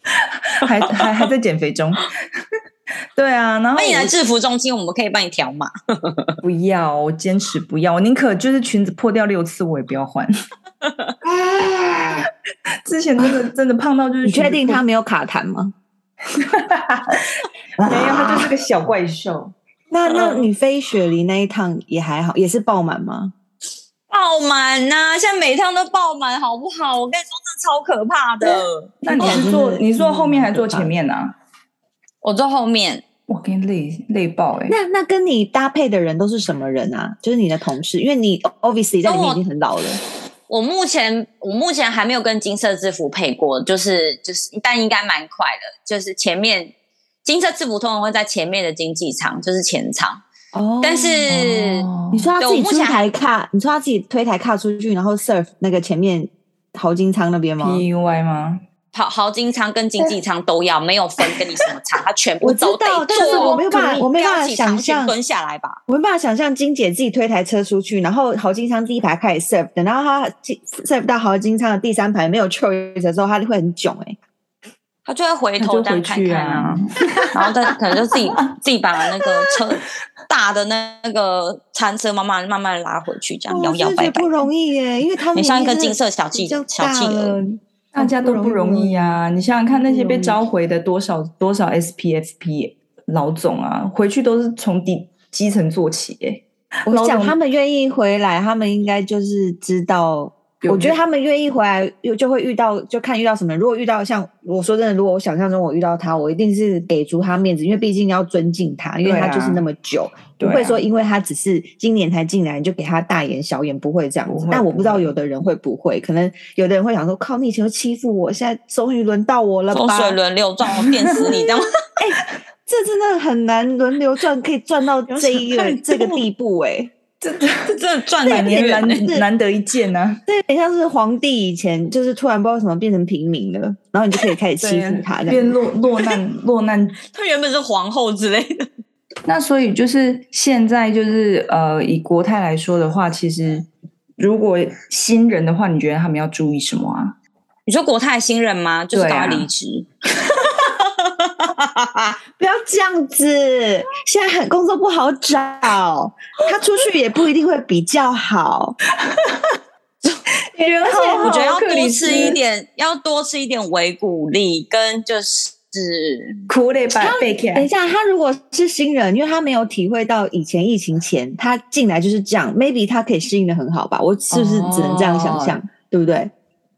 [SPEAKER 1] 还还还在减肥中。 对啊，然后
[SPEAKER 3] 欢迎来
[SPEAKER 1] 我
[SPEAKER 3] 制服中心，我们可以帮你调码。
[SPEAKER 1] 不要，我坚持不要，我宁可就是裙子破掉六次，我也不要换。 之前真的真的胖到就是
[SPEAKER 2] 啊你
[SPEAKER 1] 裙子
[SPEAKER 2] 确定
[SPEAKER 1] 破
[SPEAKER 2] 他没有卡痰吗？
[SPEAKER 1] 没有，他就是个小怪兽。
[SPEAKER 2] 那那你飞雪梨那一趟也还好，也是爆满吗？
[SPEAKER 3] 爆满呐、现在每趟都爆满，好不好？我跟你说，这超可怕的。
[SPEAKER 1] 那你
[SPEAKER 2] 哦
[SPEAKER 1] 是坐
[SPEAKER 2] 真的
[SPEAKER 1] 你坐后面还是
[SPEAKER 2] 真的
[SPEAKER 1] 坐
[SPEAKER 2] 很可怕
[SPEAKER 1] 前面啊？
[SPEAKER 3] 我坐后面，
[SPEAKER 1] 我给你累累爆哎、欸！
[SPEAKER 2] 那那跟你搭配的人都是什么人啊？就是你的同事，因为你 obviously 在里面已经很老了。
[SPEAKER 3] 我目前我目前还没有跟金色制服配过，就是就是，但应该蛮快的。就是前面金色制服通常会在前面的经济舱，就是前舱，
[SPEAKER 2] 哦
[SPEAKER 3] 但是。
[SPEAKER 1] 哦
[SPEAKER 2] 你说他
[SPEAKER 3] 对
[SPEAKER 2] 自己
[SPEAKER 3] 我目
[SPEAKER 2] 出
[SPEAKER 3] 前
[SPEAKER 2] 台卡，你说他自己推台卡出去，然后 serve 那个前面淘金仓那边吗？
[SPEAKER 1] PUI 吗？
[SPEAKER 3] 豪豪金仓跟经济舱都要，没有分跟你什么舱，它全部
[SPEAKER 2] 我知
[SPEAKER 3] 都得
[SPEAKER 2] 道
[SPEAKER 3] 做。
[SPEAKER 2] 但是我没有办法我没有办法
[SPEAKER 3] 不要起床
[SPEAKER 2] 想象
[SPEAKER 3] 先蹲下来吧。
[SPEAKER 2] 我没办法想象金姐自己推台车出去，然后豪金仓第一排开始 serve，等到她进 serve 到豪金仓的第三排没有 choice 的时候，她就会很囧哎、
[SPEAKER 3] 他就会回
[SPEAKER 1] 那
[SPEAKER 3] 头
[SPEAKER 1] 就
[SPEAKER 3] 这样
[SPEAKER 1] 回
[SPEAKER 3] 看
[SPEAKER 1] 去
[SPEAKER 3] 看
[SPEAKER 1] 啊
[SPEAKER 3] 啊，，然后再可能就自己自己把那个车大的那那个餐车慢慢慢慢拉回去，这样
[SPEAKER 2] 哦
[SPEAKER 3] 摇
[SPEAKER 2] 我
[SPEAKER 3] 摇
[SPEAKER 2] 真的
[SPEAKER 3] 摆
[SPEAKER 2] 觉得
[SPEAKER 3] 摆
[SPEAKER 2] 不。容易耶、因为他们
[SPEAKER 3] 你像一
[SPEAKER 2] 已
[SPEAKER 3] 个
[SPEAKER 2] 经
[SPEAKER 3] 金
[SPEAKER 2] 是
[SPEAKER 3] 色小气
[SPEAKER 2] 比较
[SPEAKER 3] 小
[SPEAKER 2] 大
[SPEAKER 3] 气鹅
[SPEAKER 2] 了，
[SPEAKER 1] 大家都不容易啊！你想想看，那些被召回的多少多少 SPFP 老总啊，回去都是从底基层做起、欸。
[SPEAKER 2] 哦我想他们愿意回来，他们应该就是知道。我觉得他们愿意回来，又就会遇到，就看遇到什么人。如果遇到像我说真的，如果我想象中我遇到他，我一定是给足他面子，因为毕竟要尊敬他，因为他就是那么久，
[SPEAKER 1] 对啊
[SPEAKER 2] 不会说因为他只是今年才进来你就给他大眼小眼，不会这样
[SPEAKER 1] 不
[SPEAKER 2] 子
[SPEAKER 1] 会。
[SPEAKER 2] 但我不知道
[SPEAKER 1] 不会
[SPEAKER 2] 有的人会不会，可能有的人会想说：“靠，你以前都欺负我，现在终于轮到我了
[SPEAKER 3] 风
[SPEAKER 2] 吧？”
[SPEAKER 3] 水轮流转，我电死你，这样
[SPEAKER 2] 这真的很难轮流赚，可以赚到这一
[SPEAKER 1] 有
[SPEAKER 2] 个
[SPEAKER 1] 想太
[SPEAKER 2] 这个
[SPEAKER 1] 多
[SPEAKER 2] 地步哎、
[SPEAKER 3] 这这真的赚
[SPEAKER 1] 百
[SPEAKER 3] 很
[SPEAKER 1] 啊年
[SPEAKER 3] 远欸。
[SPEAKER 1] 难难得一见啊！
[SPEAKER 2] 这有点像是皇帝以前就是突然不知道为什么变成平民了，然后你就可以开始欺负他这
[SPEAKER 1] 啊变
[SPEAKER 2] 样。
[SPEAKER 1] 落落难 落难
[SPEAKER 3] 他原本是皇后之类的，
[SPEAKER 1] 那所以就是现在就是呃，以国泰来说的话，其实如果新人的话，你觉得他们要注意什么啊？
[SPEAKER 3] 你说国泰新人吗？就是
[SPEAKER 1] 对
[SPEAKER 3] 赶
[SPEAKER 1] 啊
[SPEAKER 3] 快离职。
[SPEAKER 2] 不要这样子，现在很工作不好找，他出去也不一定会比较好。
[SPEAKER 1] 然后
[SPEAKER 2] 啊
[SPEAKER 3] 我觉得要多吃一点，要多吃一点维骨力，跟就是
[SPEAKER 1] 苦累吧，背起
[SPEAKER 2] 等一
[SPEAKER 1] 来。
[SPEAKER 2] 下，他如果是新人，因为他没有体会到以前疫情前他进来就是这样，maybe 他可以适应的很好吧？我是不
[SPEAKER 3] 哦
[SPEAKER 2] 是只能这样想象，对不对？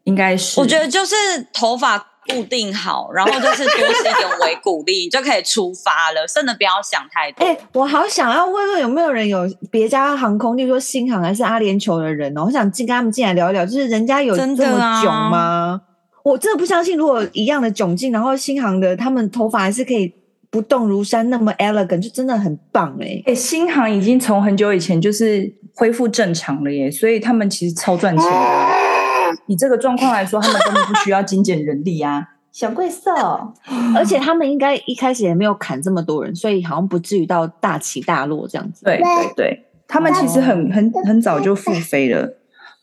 [SPEAKER 1] 应该是。
[SPEAKER 3] 我觉得就是头发固定好，然后就是多吃一点维骨力，你就可以出发了。真的不要想太多。
[SPEAKER 2] 哎、我好想要问问有没有人有别家航空，例如说新航还是阿联酋的人哦，我想进跟他们进来聊一聊，就是人家有这
[SPEAKER 3] 真
[SPEAKER 2] 么
[SPEAKER 3] 的啊
[SPEAKER 2] 囧吗？我真的不相信，如果一样的窘境，然后新航的他们头发还是可以不动如山，那么 elegant，就真的很棒哎、
[SPEAKER 1] 哎、新航已经从很久以前就是恢复正常了耶，所以他们其实超赚钱的。以这个状况来说，他们根本不需要精简人力 啊。小怪兽，
[SPEAKER 2] 而且他们应该一开始也没有砍这么多人，所以好像不至于到大起大落这样子。
[SPEAKER 1] 对对对，他们其实很很很早就复飞了，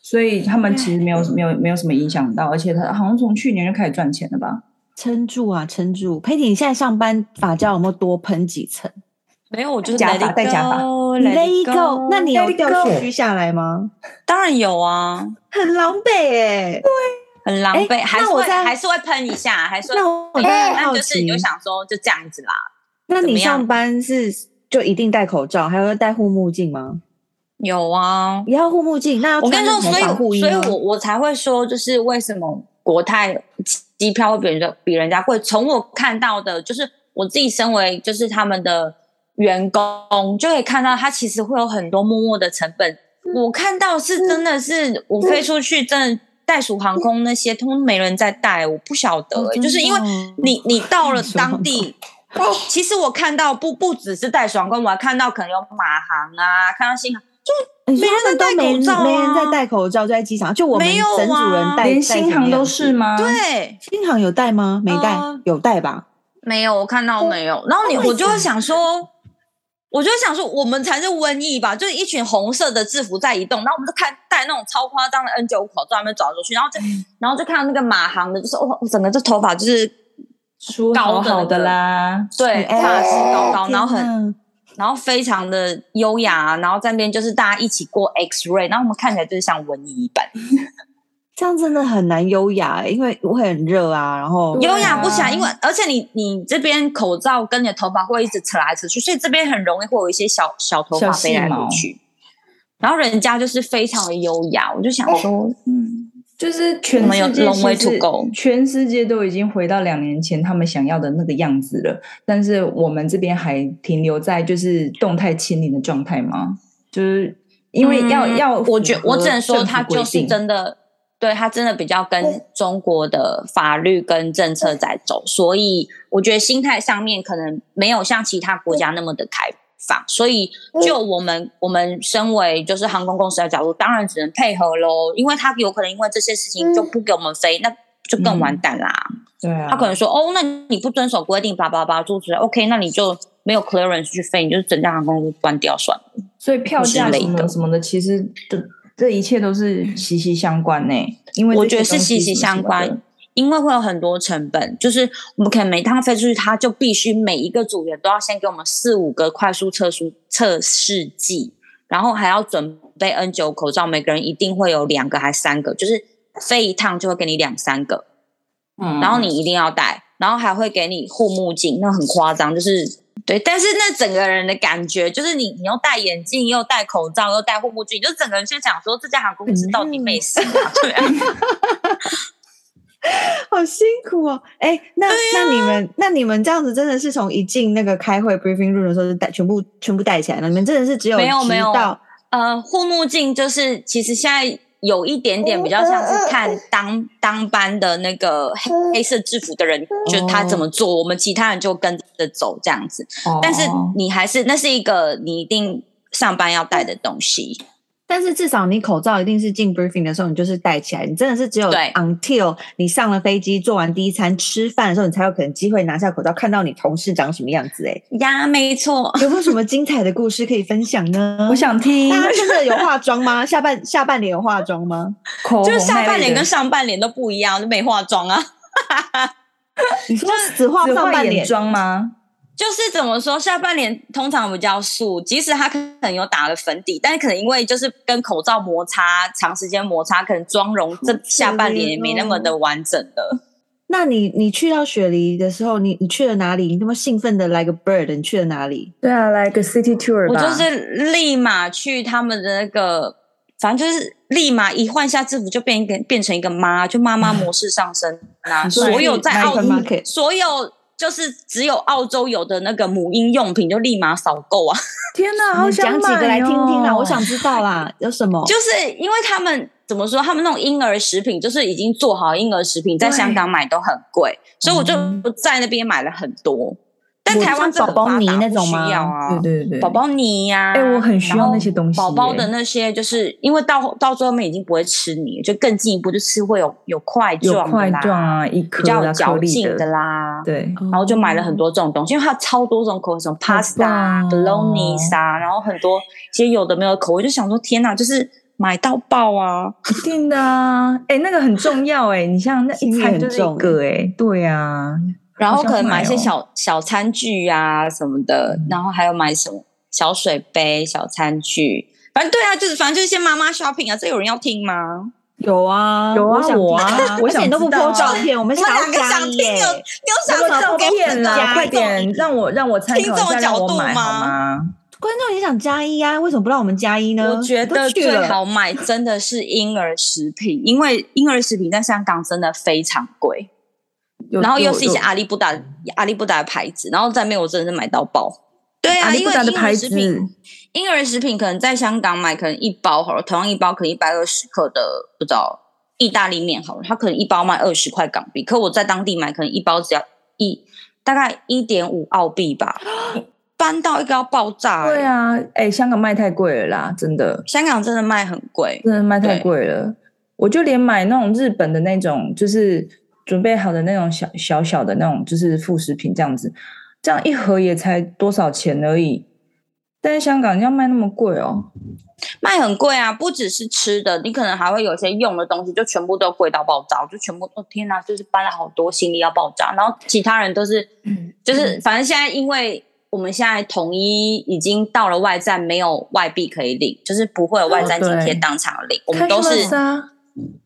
[SPEAKER 1] 所以他们其实没有没有没有什么影响到，而且他好像从去年就开始赚钱了吧？
[SPEAKER 2] 撑住啊，撑住！佩婷，你现在上班发胶有没有多喷几层
[SPEAKER 3] 没有，我就是
[SPEAKER 1] 假
[SPEAKER 3] let
[SPEAKER 1] 发
[SPEAKER 3] it
[SPEAKER 1] 戴假发
[SPEAKER 3] go，
[SPEAKER 2] 你
[SPEAKER 3] let
[SPEAKER 2] let
[SPEAKER 3] it
[SPEAKER 2] it go，那你有
[SPEAKER 1] let it
[SPEAKER 2] 掉
[SPEAKER 1] go
[SPEAKER 2] 须下来吗？
[SPEAKER 3] 当然有啊，
[SPEAKER 2] 很狼狈哎、
[SPEAKER 1] 欸
[SPEAKER 3] 很狼狈，
[SPEAKER 2] 哎
[SPEAKER 3] 还是
[SPEAKER 2] 那我
[SPEAKER 3] 会
[SPEAKER 2] 在
[SPEAKER 3] 还是会喷一下，还是会
[SPEAKER 2] 啊那我
[SPEAKER 3] 喷一
[SPEAKER 2] 在
[SPEAKER 3] 下，
[SPEAKER 2] 很好
[SPEAKER 3] 但就是
[SPEAKER 2] 奇，
[SPEAKER 3] 你就想说就这样子啦。
[SPEAKER 2] 那
[SPEAKER 3] 怎
[SPEAKER 2] 你
[SPEAKER 3] 么样
[SPEAKER 2] 上班是就一定戴口罩，还有戴护目镜吗？
[SPEAKER 3] 有啊，
[SPEAKER 2] 也要护目镜，那要
[SPEAKER 3] 我
[SPEAKER 2] 穿
[SPEAKER 3] 跟你说，所
[SPEAKER 2] 那种防护
[SPEAKER 3] 以
[SPEAKER 2] 衣
[SPEAKER 3] 所以
[SPEAKER 2] 吗
[SPEAKER 3] 我我才会说，就是为什么国泰机票会比人家比人家贵？从我看到的，就是我自己身为就是他们的员工，就可以看到它其实会有很多默默的成本。
[SPEAKER 2] 嗯
[SPEAKER 3] 我看到是真的是我飞出去，真的袋鼠航空那些，通通没人在带，我不晓得、
[SPEAKER 2] 哦
[SPEAKER 3] 欸
[SPEAKER 2] 真
[SPEAKER 3] 就是因为
[SPEAKER 2] 的哦
[SPEAKER 3] 你 你到了
[SPEAKER 2] 袋鼠航
[SPEAKER 3] 当
[SPEAKER 2] 空
[SPEAKER 3] 地。哦其实我看到不不只是袋鼠航空，我还看到可能有马航啊，看到新航。
[SPEAKER 2] 你说
[SPEAKER 3] 没人
[SPEAKER 2] 他们
[SPEAKER 3] 在
[SPEAKER 2] 都
[SPEAKER 3] 戴
[SPEAKER 2] 没
[SPEAKER 3] 口罩
[SPEAKER 2] 没人在
[SPEAKER 3] 啊
[SPEAKER 2] 戴口罩，就在机场，就我们
[SPEAKER 3] 没有
[SPEAKER 2] 整组
[SPEAKER 3] 啊
[SPEAKER 2] 人戴，
[SPEAKER 1] 连
[SPEAKER 2] 戴
[SPEAKER 1] 新
[SPEAKER 2] 成
[SPEAKER 1] 航
[SPEAKER 2] 那
[SPEAKER 1] 都
[SPEAKER 2] 样
[SPEAKER 1] 是吗？，
[SPEAKER 3] 对，
[SPEAKER 2] 新航有戴吗？没戴
[SPEAKER 3] 呃，
[SPEAKER 2] 有戴吧？
[SPEAKER 3] 没有，我看到没有。然后你，
[SPEAKER 2] 哦为
[SPEAKER 3] 我就
[SPEAKER 2] 什
[SPEAKER 3] 会
[SPEAKER 2] 么
[SPEAKER 3] 想说，我就会想说，我们才是瘟疫吧？就是一群红色的制服在移动，然后我们就看戴那种超夸张的 N 九五口罩，在那边走来走去，然后就
[SPEAKER 2] 嗯
[SPEAKER 3] 然后就看到那个马航的，就是哇，我整个这头发就是
[SPEAKER 1] 梳好
[SPEAKER 3] 高的那
[SPEAKER 1] 好的
[SPEAKER 3] 个
[SPEAKER 1] 啦。
[SPEAKER 3] 对
[SPEAKER 2] 哎
[SPEAKER 3] 发丝高高，
[SPEAKER 2] 天
[SPEAKER 3] 然后很
[SPEAKER 2] 哪
[SPEAKER 3] 然后非常的优雅，啊然后在那边就是大家一起过 X ray，然后我们看起来就是像瘟疫一般，
[SPEAKER 2] 这样真的很难优雅、欸，因为会很热啊，然后
[SPEAKER 1] 对
[SPEAKER 3] 优雅不起来，
[SPEAKER 1] 啊
[SPEAKER 3] 因为而且你你这边口罩跟你的头发会一直扯来扯去，所以这边很容易会有一些小小头发
[SPEAKER 1] 小
[SPEAKER 3] 飞
[SPEAKER 1] 细
[SPEAKER 3] 来飞
[SPEAKER 1] 毛
[SPEAKER 3] 去。然后人家就是非常的优雅，我就想
[SPEAKER 2] 哦
[SPEAKER 3] 说，嗯，
[SPEAKER 1] 就是全
[SPEAKER 3] 我们有
[SPEAKER 1] 世界
[SPEAKER 3] long way
[SPEAKER 1] 其实
[SPEAKER 3] to go
[SPEAKER 1] 全世界都已经回到两年前他们想要的那个样子了，但是我们这边还停留在就是动态清零的状态吗？就是因为要、
[SPEAKER 3] 嗯
[SPEAKER 1] 要符合政府规定，
[SPEAKER 3] 我觉我只能说他就是真的，对他真的比较跟中国的法律跟政策在走，所以我觉得心态上面可能没有像其他国家那么的开放，所以就我们我们身为就是航空公司的角度，当然只能配合喽，因为他有可能因为这些事情就不给我们飞，那就更完蛋啦。
[SPEAKER 1] 对啊，
[SPEAKER 3] 他可能说哦，那你不遵守规定，叭叭叭，住址 OK，那你就没有 clearance 去飞，你就整架航空公司关掉算了。
[SPEAKER 1] 所以票价
[SPEAKER 3] 之类
[SPEAKER 1] 什么
[SPEAKER 3] 的
[SPEAKER 1] 什么的，其实这这一切都是息息相关呢、因为
[SPEAKER 3] 我
[SPEAKER 1] 这些
[SPEAKER 3] 觉得是
[SPEAKER 1] 东西
[SPEAKER 3] 息息
[SPEAKER 1] 什么
[SPEAKER 3] 相
[SPEAKER 1] 什么
[SPEAKER 3] 关
[SPEAKER 1] 的。
[SPEAKER 3] 因为会有很多成本，就是我们可能每趟飞出去，它就必须每一个组员都要先给我们四五个快速测速测试剂，然后还要准备 N 九口罩，每个人一定会有两个还三个，就是飞一趟就会给你两三个，
[SPEAKER 4] 嗯
[SPEAKER 3] 然后你一定要戴，然后还会给你护目镜，那很夸张，就是对。但是那整个人的感觉，就是你你又戴眼镜，又戴口罩，又戴护目镜，就整个人就想说这家航空
[SPEAKER 1] 嗯
[SPEAKER 3] 公司到底没 事啊？对啊，
[SPEAKER 2] 好辛苦哦！哎，那、那你们那你们这样子真的是从一进那个开会 briefing room 的时候就带全部全部带起来了，你们真的是只有
[SPEAKER 3] 没有
[SPEAKER 2] 直
[SPEAKER 3] 没有
[SPEAKER 2] 到
[SPEAKER 3] 呃，护目镜就是其实现在有一点点比较像是看当当班的那个黑黑色制服的人，就是他怎么做，我们其他人就跟着走这样子。但是
[SPEAKER 4] 哦
[SPEAKER 3] 你还是那是一个你一定上班要带的东西，
[SPEAKER 2] 但是至少你口罩一定是进 briefing 的时候，你就是戴起来。你真的是只有
[SPEAKER 3] 对
[SPEAKER 2] until 你上了飞机、做完第一餐、吃饭的时候，你才有可能机会拿下口罩，看到你同事长什么样子、 欸。
[SPEAKER 3] 呀，没错。
[SPEAKER 2] 有没有什么精彩的故事可以分享呢？
[SPEAKER 1] 我想听
[SPEAKER 2] 大家真的有化妆吗？下半下半年有化妆吗？
[SPEAKER 1] 口红
[SPEAKER 3] 就是下半
[SPEAKER 1] 那类
[SPEAKER 3] 脸
[SPEAKER 1] 的
[SPEAKER 3] 跟上半脸都不一样，就没化妆啊。
[SPEAKER 2] 你说只化
[SPEAKER 1] 只
[SPEAKER 2] 上
[SPEAKER 1] 画
[SPEAKER 2] 半
[SPEAKER 1] 眼
[SPEAKER 2] 脸，
[SPEAKER 1] 妆吗？
[SPEAKER 3] 就是怎么说，下半脸通常比较素，即使他可能有打了粉底，但是可能因为就是跟口罩摩擦，长时间摩擦，可能妆容这下半脸也没那么的完整了。
[SPEAKER 2] 那你你去到雪梨的时候，你你去了哪里？你那么兴奋的来个 bird，你去了哪里？
[SPEAKER 1] 对啊，来个 city tour
[SPEAKER 3] 我
[SPEAKER 1] 吧。
[SPEAKER 3] 就是立马去他们的那个，反正就是立马一换下制服就变一个变成一个妈，就妈妈模式上身啊！
[SPEAKER 2] 说
[SPEAKER 3] 所有
[SPEAKER 2] 是
[SPEAKER 3] 在澳
[SPEAKER 2] Nike Market
[SPEAKER 3] 所有就是只有澳洲有的那个母婴用品就立马扫购啊。
[SPEAKER 1] 天哪，好
[SPEAKER 2] 你
[SPEAKER 1] 想
[SPEAKER 2] 讲几个
[SPEAKER 1] 买
[SPEAKER 2] 来听听啦，
[SPEAKER 1] 哦
[SPEAKER 2] 我想知道 啦，有什么？
[SPEAKER 3] 就是因为他们怎么说，他们那种婴儿食品就是已经做好婴儿食品，在
[SPEAKER 1] 对嗯
[SPEAKER 3] 香港买都很贵，所以我就在那边买了很多。但台湾
[SPEAKER 2] 像宝宝泥
[SPEAKER 3] 泥
[SPEAKER 2] 那种吗
[SPEAKER 3] 需要啊，
[SPEAKER 1] 对对对，
[SPEAKER 3] 宝宝泥呀、
[SPEAKER 1] 哎我很需要
[SPEAKER 3] 然后
[SPEAKER 1] 那些东西
[SPEAKER 3] 宝宝的
[SPEAKER 1] 耶
[SPEAKER 3] 那些，就是因为到到最后面已经不会吃泥，就更进一步就吃会有有块
[SPEAKER 1] 有
[SPEAKER 3] 状的
[SPEAKER 1] 块
[SPEAKER 3] 啦
[SPEAKER 1] 状，啊，一颗
[SPEAKER 3] 比较有
[SPEAKER 1] 啊
[SPEAKER 3] 嚼
[SPEAKER 1] 颗粒
[SPEAKER 3] 劲的啦。
[SPEAKER 1] 对，
[SPEAKER 3] 然后就买了很多这种东西，因为它有超多种口味，什么
[SPEAKER 1] 哦好
[SPEAKER 3] pasta 啊、
[SPEAKER 1] 棒哦
[SPEAKER 3] bologna 啊，然后很多其实有的没有的口味，就想说天哪，就是买到爆啊！
[SPEAKER 1] 一定的啊。哎，那个很重要哎，你像那一
[SPEAKER 2] 心意
[SPEAKER 1] 餐
[SPEAKER 2] 很
[SPEAKER 1] 就是一
[SPEAKER 2] 重
[SPEAKER 3] 欸
[SPEAKER 1] 个哎，对啊，
[SPEAKER 3] 然
[SPEAKER 1] 好
[SPEAKER 3] 后
[SPEAKER 1] 想
[SPEAKER 3] 可能买一些
[SPEAKER 1] 买哦嗯
[SPEAKER 3] 小、小餐具啊什么的，然后还有买什么小水杯、小餐具，反正对啊，就是反正就是一些妈妈 shopping 啊，这有人要听吗？
[SPEAKER 2] 有啊，
[SPEAKER 1] 有啊
[SPEAKER 2] 我想
[SPEAKER 1] 我啊
[SPEAKER 2] 听
[SPEAKER 1] 我
[SPEAKER 2] 而且
[SPEAKER 1] 想
[SPEAKER 2] 你都不
[SPEAKER 1] 知道
[SPEAKER 2] po
[SPEAKER 1] 啊
[SPEAKER 2] 照片，我们
[SPEAKER 3] 我们
[SPEAKER 2] 想
[SPEAKER 3] 两
[SPEAKER 2] 要
[SPEAKER 3] 个
[SPEAKER 2] 加
[SPEAKER 3] 想听有
[SPEAKER 2] 耶
[SPEAKER 3] 有
[SPEAKER 1] 我
[SPEAKER 3] 想
[SPEAKER 1] 照
[SPEAKER 3] 要给我
[SPEAKER 1] 片
[SPEAKER 3] 们
[SPEAKER 1] 啦，
[SPEAKER 3] 的
[SPEAKER 1] 快
[SPEAKER 3] 观众
[SPEAKER 1] 点让我让我参
[SPEAKER 3] 听
[SPEAKER 1] 考
[SPEAKER 3] 众
[SPEAKER 1] 一下，让
[SPEAKER 3] 角
[SPEAKER 1] 我
[SPEAKER 3] 度
[SPEAKER 1] 买好
[SPEAKER 3] 吗
[SPEAKER 1] 吗？
[SPEAKER 2] 观众也想加一啊，为什么不让我们加一呢？
[SPEAKER 3] 我觉
[SPEAKER 2] 你
[SPEAKER 3] 得
[SPEAKER 2] 都去
[SPEAKER 3] 最
[SPEAKER 2] 了，
[SPEAKER 3] 好买真的是婴儿食品，因为婴儿食品在香港真的非常贵，
[SPEAKER 1] 有
[SPEAKER 3] 然后
[SPEAKER 1] 有
[SPEAKER 3] 又是一些啊
[SPEAKER 1] 有
[SPEAKER 3] 阿里不达阿里不达的牌子，然后在面我真的是买到爆。对啊，
[SPEAKER 1] 阿里
[SPEAKER 3] 因
[SPEAKER 1] 不
[SPEAKER 3] 为
[SPEAKER 1] 达的
[SPEAKER 3] 婴
[SPEAKER 1] 牌
[SPEAKER 3] 儿食
[SPEAKER 1] 子，
[SPEAKER 3] 品婴儿食品可能在香港买，可能一包好了，同样一包可能一百二十克的，不知道意大利面好了，它可能一包卖二十块港币，可我在当地买可能一包只要一大概一点五澳币 吧，搬到一个要爆炸、欸。
[SPEAKER 1] 对，啊，哎，香港卖太贵了啦，真的。
[SPEAKER 3] 香港真的卖很贵。
[SPEAKER 1] 真的卖太
[SPEAKER 3] 对
[SPEAKER 1] 贵了。我就连买那种日本的那种，就是准备好的那种小小小的那种，就是副食品这样子，这样一盒也才多少钱而已。但是香港要卖那么贵哦，
[SPEAKER 3] 卖很贵啊，不只是吃的，你可能还会有一些用的东西，就全部都贵到爆炸，我就全部哦天哪，就是搬了好多行李要爆炸，然后其他人都是，
[SPEAKER 1] 嗯
[SPEAKER 3] 就是反正现在因为我们现在统一已经到了外站，没有外币可以领，就是不会有外站
[SPEAKER 1] 哦
[SPEAKER 3] 津
[SPEAKER 1] 对
[SPEAKER 3] 贴当场领，我们
[SPEAKER 1] 开
[SPEAKER 3] 都
[SPEAKER 1] 心
[SPEAKER 3] 是
[SPEAKER 1] 吗啊，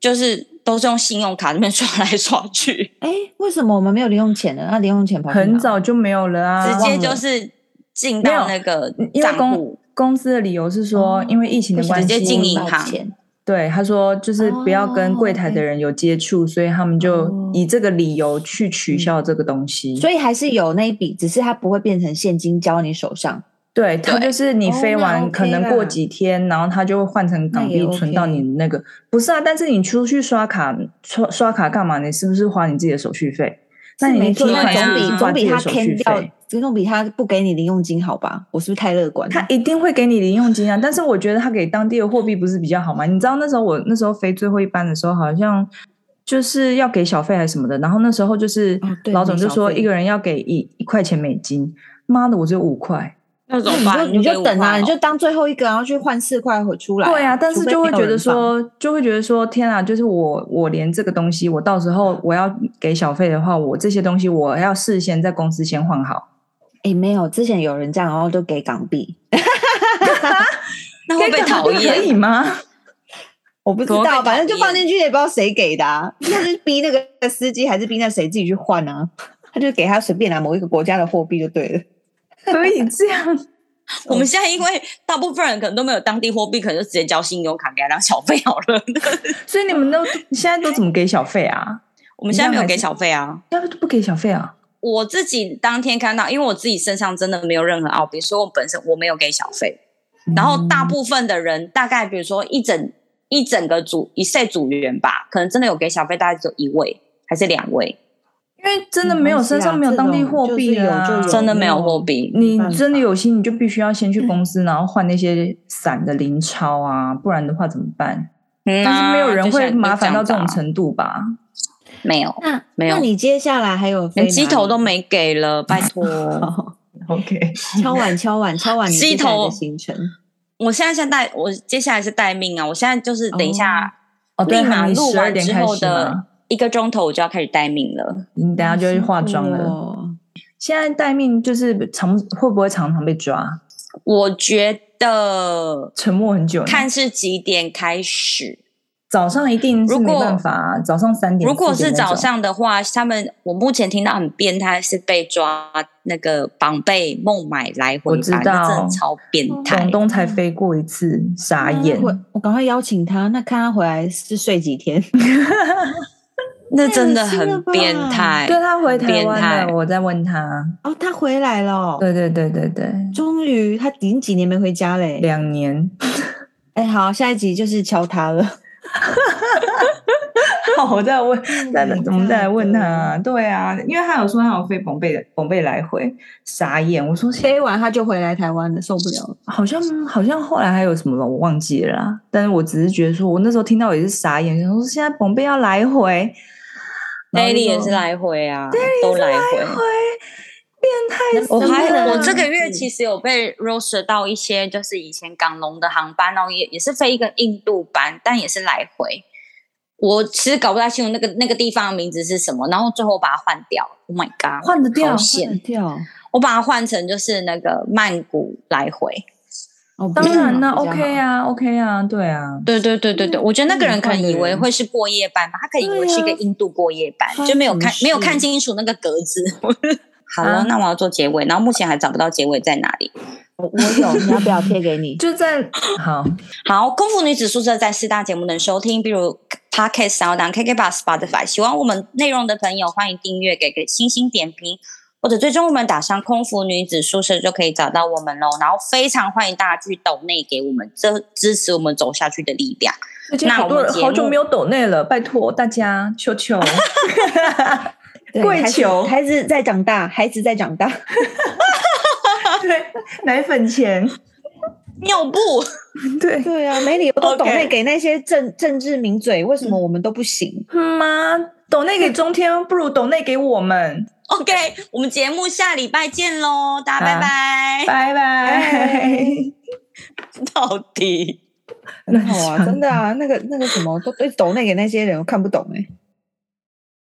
[SPEAKER 3] 就是都是用信用卡那边刷来刷去，
[SPEAKER 2] 哎，为什么我们没有零用钱呢？那零用钱跑去哪
[SPEAKER 1] 很早就没有了啊，
[SPEAKER 3] 直
[SPEAKER 1] 忘
[SPEAKER 3] 接
[SPEAKER 1] 了
[SPEAKER 3] 就是进
[SPEAKER 1] 没有
[SPEAKER 3] 到那个
[SPEAKER 1] 因为
[SPEAKER 3] 账
[SPEAKER 1] 公
[SPEAKER 3] 户，
[SPEAKER 1] 公司的理由是说
[SPEAKER 2] 哦，
[SPEAKER 1] 因为疫情的
[SPEAKER 3] 不行
[SPEAKER 1] 关
[SPEAKER 3] 直
[SPEAKER 1] 系，
[SPEAKER 3] 接进银
[SPEAKER 2] 抱
[SPEAKER 3] 行
[SPEAKER 2] 歉
[SPEAKER 1] 对，他说就是不要跟柜台的人有接触，所以他们就
[SPEAKER 2] 哦
[SPEAKER 1] 以这个理由去取消这个东西。
[SPEAKER 2] 所以还是有那一笔，只是它不会变成现金交你手上。
[SPEAKER 1] 对，它
[SPEAKER 3] 对
[SPEAKER 1] 就是你
[SPEAKER 2] 哦
[SPEAKER 1] 飞
[SPEAKER 2] 那
[SPEAKER 1] 完，
[SPEAKER 2] OK
[SPEAKER 1] 可能过几天，然后它就会换成港
[SPEAKER 2] 那也
[SPEAKER 1] 币存到
[SPEAKER 2] OK
[SPEAKER 1] 你那个。不是啊，但是你出去刷卡，刷刷卡干嘛？你是不是花你自己的手续费？那
[SPEAKER 2] 是
[SPEAKER 1] 你
[SPEAKER 2] 没错，
[SPEAKER 1] 提
[SPEAKER 2] 那
[SPEAKER 1] 款
[SPEAKER 3] 对
[SPEAKER 1] 是
[SPEAKER 2] 总
[SPEAKER 3] 啊
[SPEAKER 1] 不是花自己
[SPEAKER 2] 比总比
[SPEAKER 1] 的
[SPEAKER 2] 他
[SPEAKER 1] 手续
[SPEAKER 2] can 掉
[SPEAKER 1] 费？，
[SPEAKER 2] 总比他不给你零用金好吧？我是不是太乐观了？
[SPEAKER 1] 他一定会给你零用金啊，但是我觉得他给当地的货币不是比较好吗？你知道那时候我那时候飞最后一班的时候，好像就是要给小费还是什么的，然后那时候就是
[SPEAKER 2] 哦对
[SPEAKER 1] 老总
[SPEAKER 2] 给
[SPEAKER 1] 就
[SPEAKER 2] 小
[SPEAKER 1] 说
[SPEAKER 2] 费
[SPEAKER 1] 一个人要给一一块钱美金，妈的，我只有五块。
[SPEAKER 3] 那怎么
[SPEAKER 2] 那
[SPEAKER 3] 办？
[SPEAKER 2] 你就你
[SPEAKER 3] 给
[SPEAKER 2] 就
[SPEAKER 3] 我
[SPEAKER 2] 等啊，
[SPEAKER 3] 换
[SPEAKER 2] 你就
[SPEAKER 3] 哦
[SPEAKER 2] 当最后一个，然后去换四块回出来。
[SPEAKER 1] 对啊，但是
[SPEAKER 2] 除非
[SPEAKER 1] 就会
[SPEAKER 2] 没有
[SPEAKER 1] 觉得
[SPEAKER 2] 人放，
[SPEAKER 1] 说，就会觉得说，天啊，就是我我连这个东西，我到时候我要给小费的话，我这些东西我要事先在公司先换好。
[SPEAKER 2] 哎，没有，之前有人这样，然后都给港币。
[SPEAKER 3] 那会被讨
[SPEAKER 1] 可
[SPEAKER 3] 厌。
[SPEAKER 1] 以吗？
[SPEAKER 2] 我不知
[SPEAKER 3] 怎么
[SPEAKER 2] 道，
[SPEAKER 3] 被
[SPEAKER 2] 反正
[SPEAKER 3] 讨
[SPEAKER 2] 就
[SPEAKER 3] 厌
[SPEAKER 2] 放进去也不知道谁给的、 啊，那是逼那个司机还是逼那谁自己去换啊？他就给他随便拿某一个国家的货币就对了。
[SPEAKER 1] 可以这样，
[SPEAKER 3] 我们现在因为大部分人可能都没有当地货币，可能就直接交信用卡给他当小费好了。
[SPEAKER 1] 所以你们都现在都怎么给小费啊？
[SPEAKER 3] 我们现在没有
[SPEAKER 1] 你这样还
[SPEAKER 3] 给
[SPEAKER 1] 是
[SPEAKER 3] 小费啊。
[SPEAKER 1] 要不就不给小费啊？
[SPEAKER 3] 我自己当天看到，因为我自己身上真的没有任何澳币，所以我本身我没有给小费。 然后大
[SPEAKER 1] 嗯
[SPEAKER 3] 部分的人，大概比如说一整一整个组一 set 组员吧，可能真的有给小费，大概只有一位还是两位，
[SPEAKER 1] 因为真的没有身上没有当地货币啊，
[SPEAKER 2] 啊没关系啦这种就是有
[SPEAKER 3] 真的没有货币。
[SPEAKER 1] 你
[SPEAKER 2] 没办法嗯
[SPEAKER 1] 真的有心，你就必须要先去公司，然后换那些散的零钞啊，不然的话怎么办？
[SPEAKER 3] 嗯
[SPEAKER 1] 但是
[SPEAKER 3] 啊
[SPEAKER 1] 没有人
[SPEAKER 3] 就
[SPEAKER 1] 会
[SPEAKER 3] 像你
[SPEAKER 1] 麻烦到这种
[SPEAKER 3] 样子啊
[SPEAKER 1] 程度吧？
[SPEAKER 3] 没有，
[SPEAKER 2] 那
[SPEAKER 3] 没
[SPEAKER 2] 嗯
[SPEAKER 3] 有
[SPEAKER 2] 那你接下来还有飞
[SPEAKER 3] 连鸡
[SPEAKER 2] 哪
[SPEAKER 3] 头
[SPEAKER 2] 里
[SPEAKER 3] 都没给了，拜托。
[SPEAKER 1] OK，
[SPEAKER 2] 敲碗敲 碗敲碗，你
[SPEAKER 3] 鸡
[SPEAKER 2] 接下来
[SPEAKER 3] 头
[SPEAKER 2] 的行程
[SPEAKER 3] 我现在是待，我接下来是待命啊！我现在就是等一下
[SPEAKER 1] 哦，对，
[SPEAKER 3] 立马
[SPEAKER 1] 你
[SPEAKER 3] 录
[SPEAKER 1] 十二
[SPEAKER 3] 完
[SPEAKER 1] 点
[SPEAKER 3] 之
[SPEAKER 1] 开
[SPEAKER 3] 后
[SPEAKER 1] 始
[SPEAKER 3] 的嗯
[SPEAKER 1] 嘛，
[SPEAKER 3] 一个钟头，我就要开始待命了。
[SPEAKER 1] 你等下就去化妆
[SPEAKER 2] 好辛苦
[SPEAKER 1] 了。
[SPEAKER 2] 哦
[SPEAKER 1] 现在待命就是常会不会常常被抓？
[SPEAKER 3] 我觉得
[SPEAKER 1] 沉默很久呢，
[SPEAKER 3] 看是几点开始。
[SPEAKER 1] 早上一定是
[SPEAKER 3] 如果
[SPEAKER 1] 没办法啊、早上三点。
[SPEAKER 3] 如果
[SPEAKER 1] 4
[SPEAKER 3] 是
[SPEAKER 1] 点那种
[SPEAKER 3] 早，上的话，他们我目前听到很变态，是被抓那个绑被孟买来回
[SPEAKER 1] 我
[SPEAKER 3] 吧，
[SPEAKER 1] 知
[SPEAKER 3] 那真
[SPEAKER 1] 道
[SPEAKER 3] 的超变态
[SPEAKER 1] 广。东才飞过一次，傻
[SPEAKER 3] 嗯
[SPEAKER 2] 那
[SPEAKER 1] 眼。
[SPEAKER 2] 我我赶快邀请他，那看他回来是睡几天。
[SPEAKER 3] 那真的
[SPEAKER 2] 太恶心了
[SPEAKER 3] 很
[SPEAKER 2] 吧
[SPEAKER 3] 变态。
[SPEAKER 1] 对啊他回台
[SPEAKER 3] 变态
[SPEAKER 1] 湾了，我在问他。
[SPEAKER 2] 哦，他回来了哦，
[SPEAKER 1] 对对对对对，
[SPEAKER 2] 终于他已经几年没回家嘞。
[SPEAKER 1] 两年，
[SPEAKER 2] 哎，好，下一集就是敲他 了。
[SPEAKER 1] 好，我再问，
[SPEAKER 3] 嗯
[SPEAKER 1] 再来
[SPEAKER 2] Oh my
[SPEAKER 1] 我们再来问
[SPEAKER 2] God
[SPEAKER 1] 他。对啊，因为他有说他有飞蓬贝的蓬贝来回，傻眼。我说
[SPEAKER 2] 飞完他就回来台湾了，受不了了。
[SPEAKER 1] 好像好像后来还有什么吧，我忘记了啦。但是我只是觉得说，我那时候听到也是傻眼，想说现在蓬贝要来回
[SPEAKER 3] Daily 也是
[SPEAKER 1] 来
[SPEAKER 3] 来回啊，都来回。
[SPEAKER 1] 回，变态死
[SPEAKER 2] 我
[SPEAKER 1] 了！
[SPEAKER 3] 我
[SPEAKER 2] 真
[SPEAKER 3] 还
[SPEAKER 2] 的啊
[SPEAKER 3] 我这个月
[SPEAKER 2] 是
[SPEAKER 3] 其实有被 roster 到一些，就是以前港龙的航班哦，也也是飞一个印度班，但也是来回。我其实搞不太清楚那个那个地方的名字是什么，然后最后我把它换掉了。Oh my god！
[SPEAKER 1] 换得掉
[SPEAKER 3] 好，
[SPEAKER 2] 换
[SPEAKER 3] 险！
[SPEAKER 2] 掉。
[SPEAKER 3] 我把它换成就是那个曼谷来回。
[SPEAKER 2] 哦，
[SPEAKER 1] 当然啦
[SPEAKER 2] 比较好
[SPEAKER 1] ，OK。啊，OK 啊，OK 啊对啊，
[SPEAKER 3] 对对对对对，我觉得那个嗯人可能以为
[SPEAKER 1] 嗯
[SPEAKER 3] 会是过夜班吧，他可能以为是一个
[SPEAKER 2] 对啊
[SPEAKER 3] 印度过夜班，
[SPEAKER 2] 发生
[SPEAKER 3] 就没有看
[SPEAKER 2] 什么事
[SPEAKER 3] 没有看清楚那个格子。 好了，
[SPEAKER 1] 啊
[SPEAKER 3] 那我要做结尾，然后目前还找不到结尾在哪里。
[SPEAKER 2] 我我有，你要不要贴给你？
[SPEAKER 1] 就 在好，
[SPEAKER 3] 好，空腹女子宿舍在四大节目能收听，比如 Podcast、s o u n KK b o s Spotify。喜欢我们内容的朋友，欢迎订阅，给个星星点评，或者追踪我们，打上“空腹女子宿舍”就可以找到我们喽。然后非常欢迎大家去抖内给我们，这支持我们走下去的力量。
[SPEAKER 1] 最近
[SPEAKER 3] 那
[SPEAKER 1] 好
[SPEAKER 3] 我
[SPEAKER 1] 多
[SPEAKER 3] 们
[SPEAKER 1] 人
[SPEAKER 3] 节
[SPEAKER 1] 好久
[SPEAKER 3] 目
[SPEAKER 1] 没有抖内了，拜托大家，求 求。
[SPEAKER 2] 对
[SPEAKER 1] 跪
[SPEAKER 2] 孩子
[SPEAKER 1] 求
[SPEAKER 2] 孩子在长大，孩子在长大。
[SPEAKER 1] 对，奶粉 钱，
[SPEAKER 3] 尿布，
[SPEAKER 1] 对，
[SPEAKER 2] 对啊，没理由都
[SPEAKER 1] OK
[SPEAKER 2] 懂内给那些政政治名嘴，为什么我们都不行？
[SPEAKER 1] 妈，抖内给中天，不如抖内给我们，
[SPEAKER 3] OK，我们节目下礼拜见喽，大家拜
[SPEAKER 1] 好
[SPEAKER 3] 拜。
[SPEAKER 1] 拜拜
[SPEAKER 2] 哎
[SPEAKER 3] 哎
[SPEAKER 2] 拜。
[SPEAKER 3] 到底。
[SPEAKER 2] 很好啊，真的啊，那个那个什么都都懂内给那些人，我看不懂哎、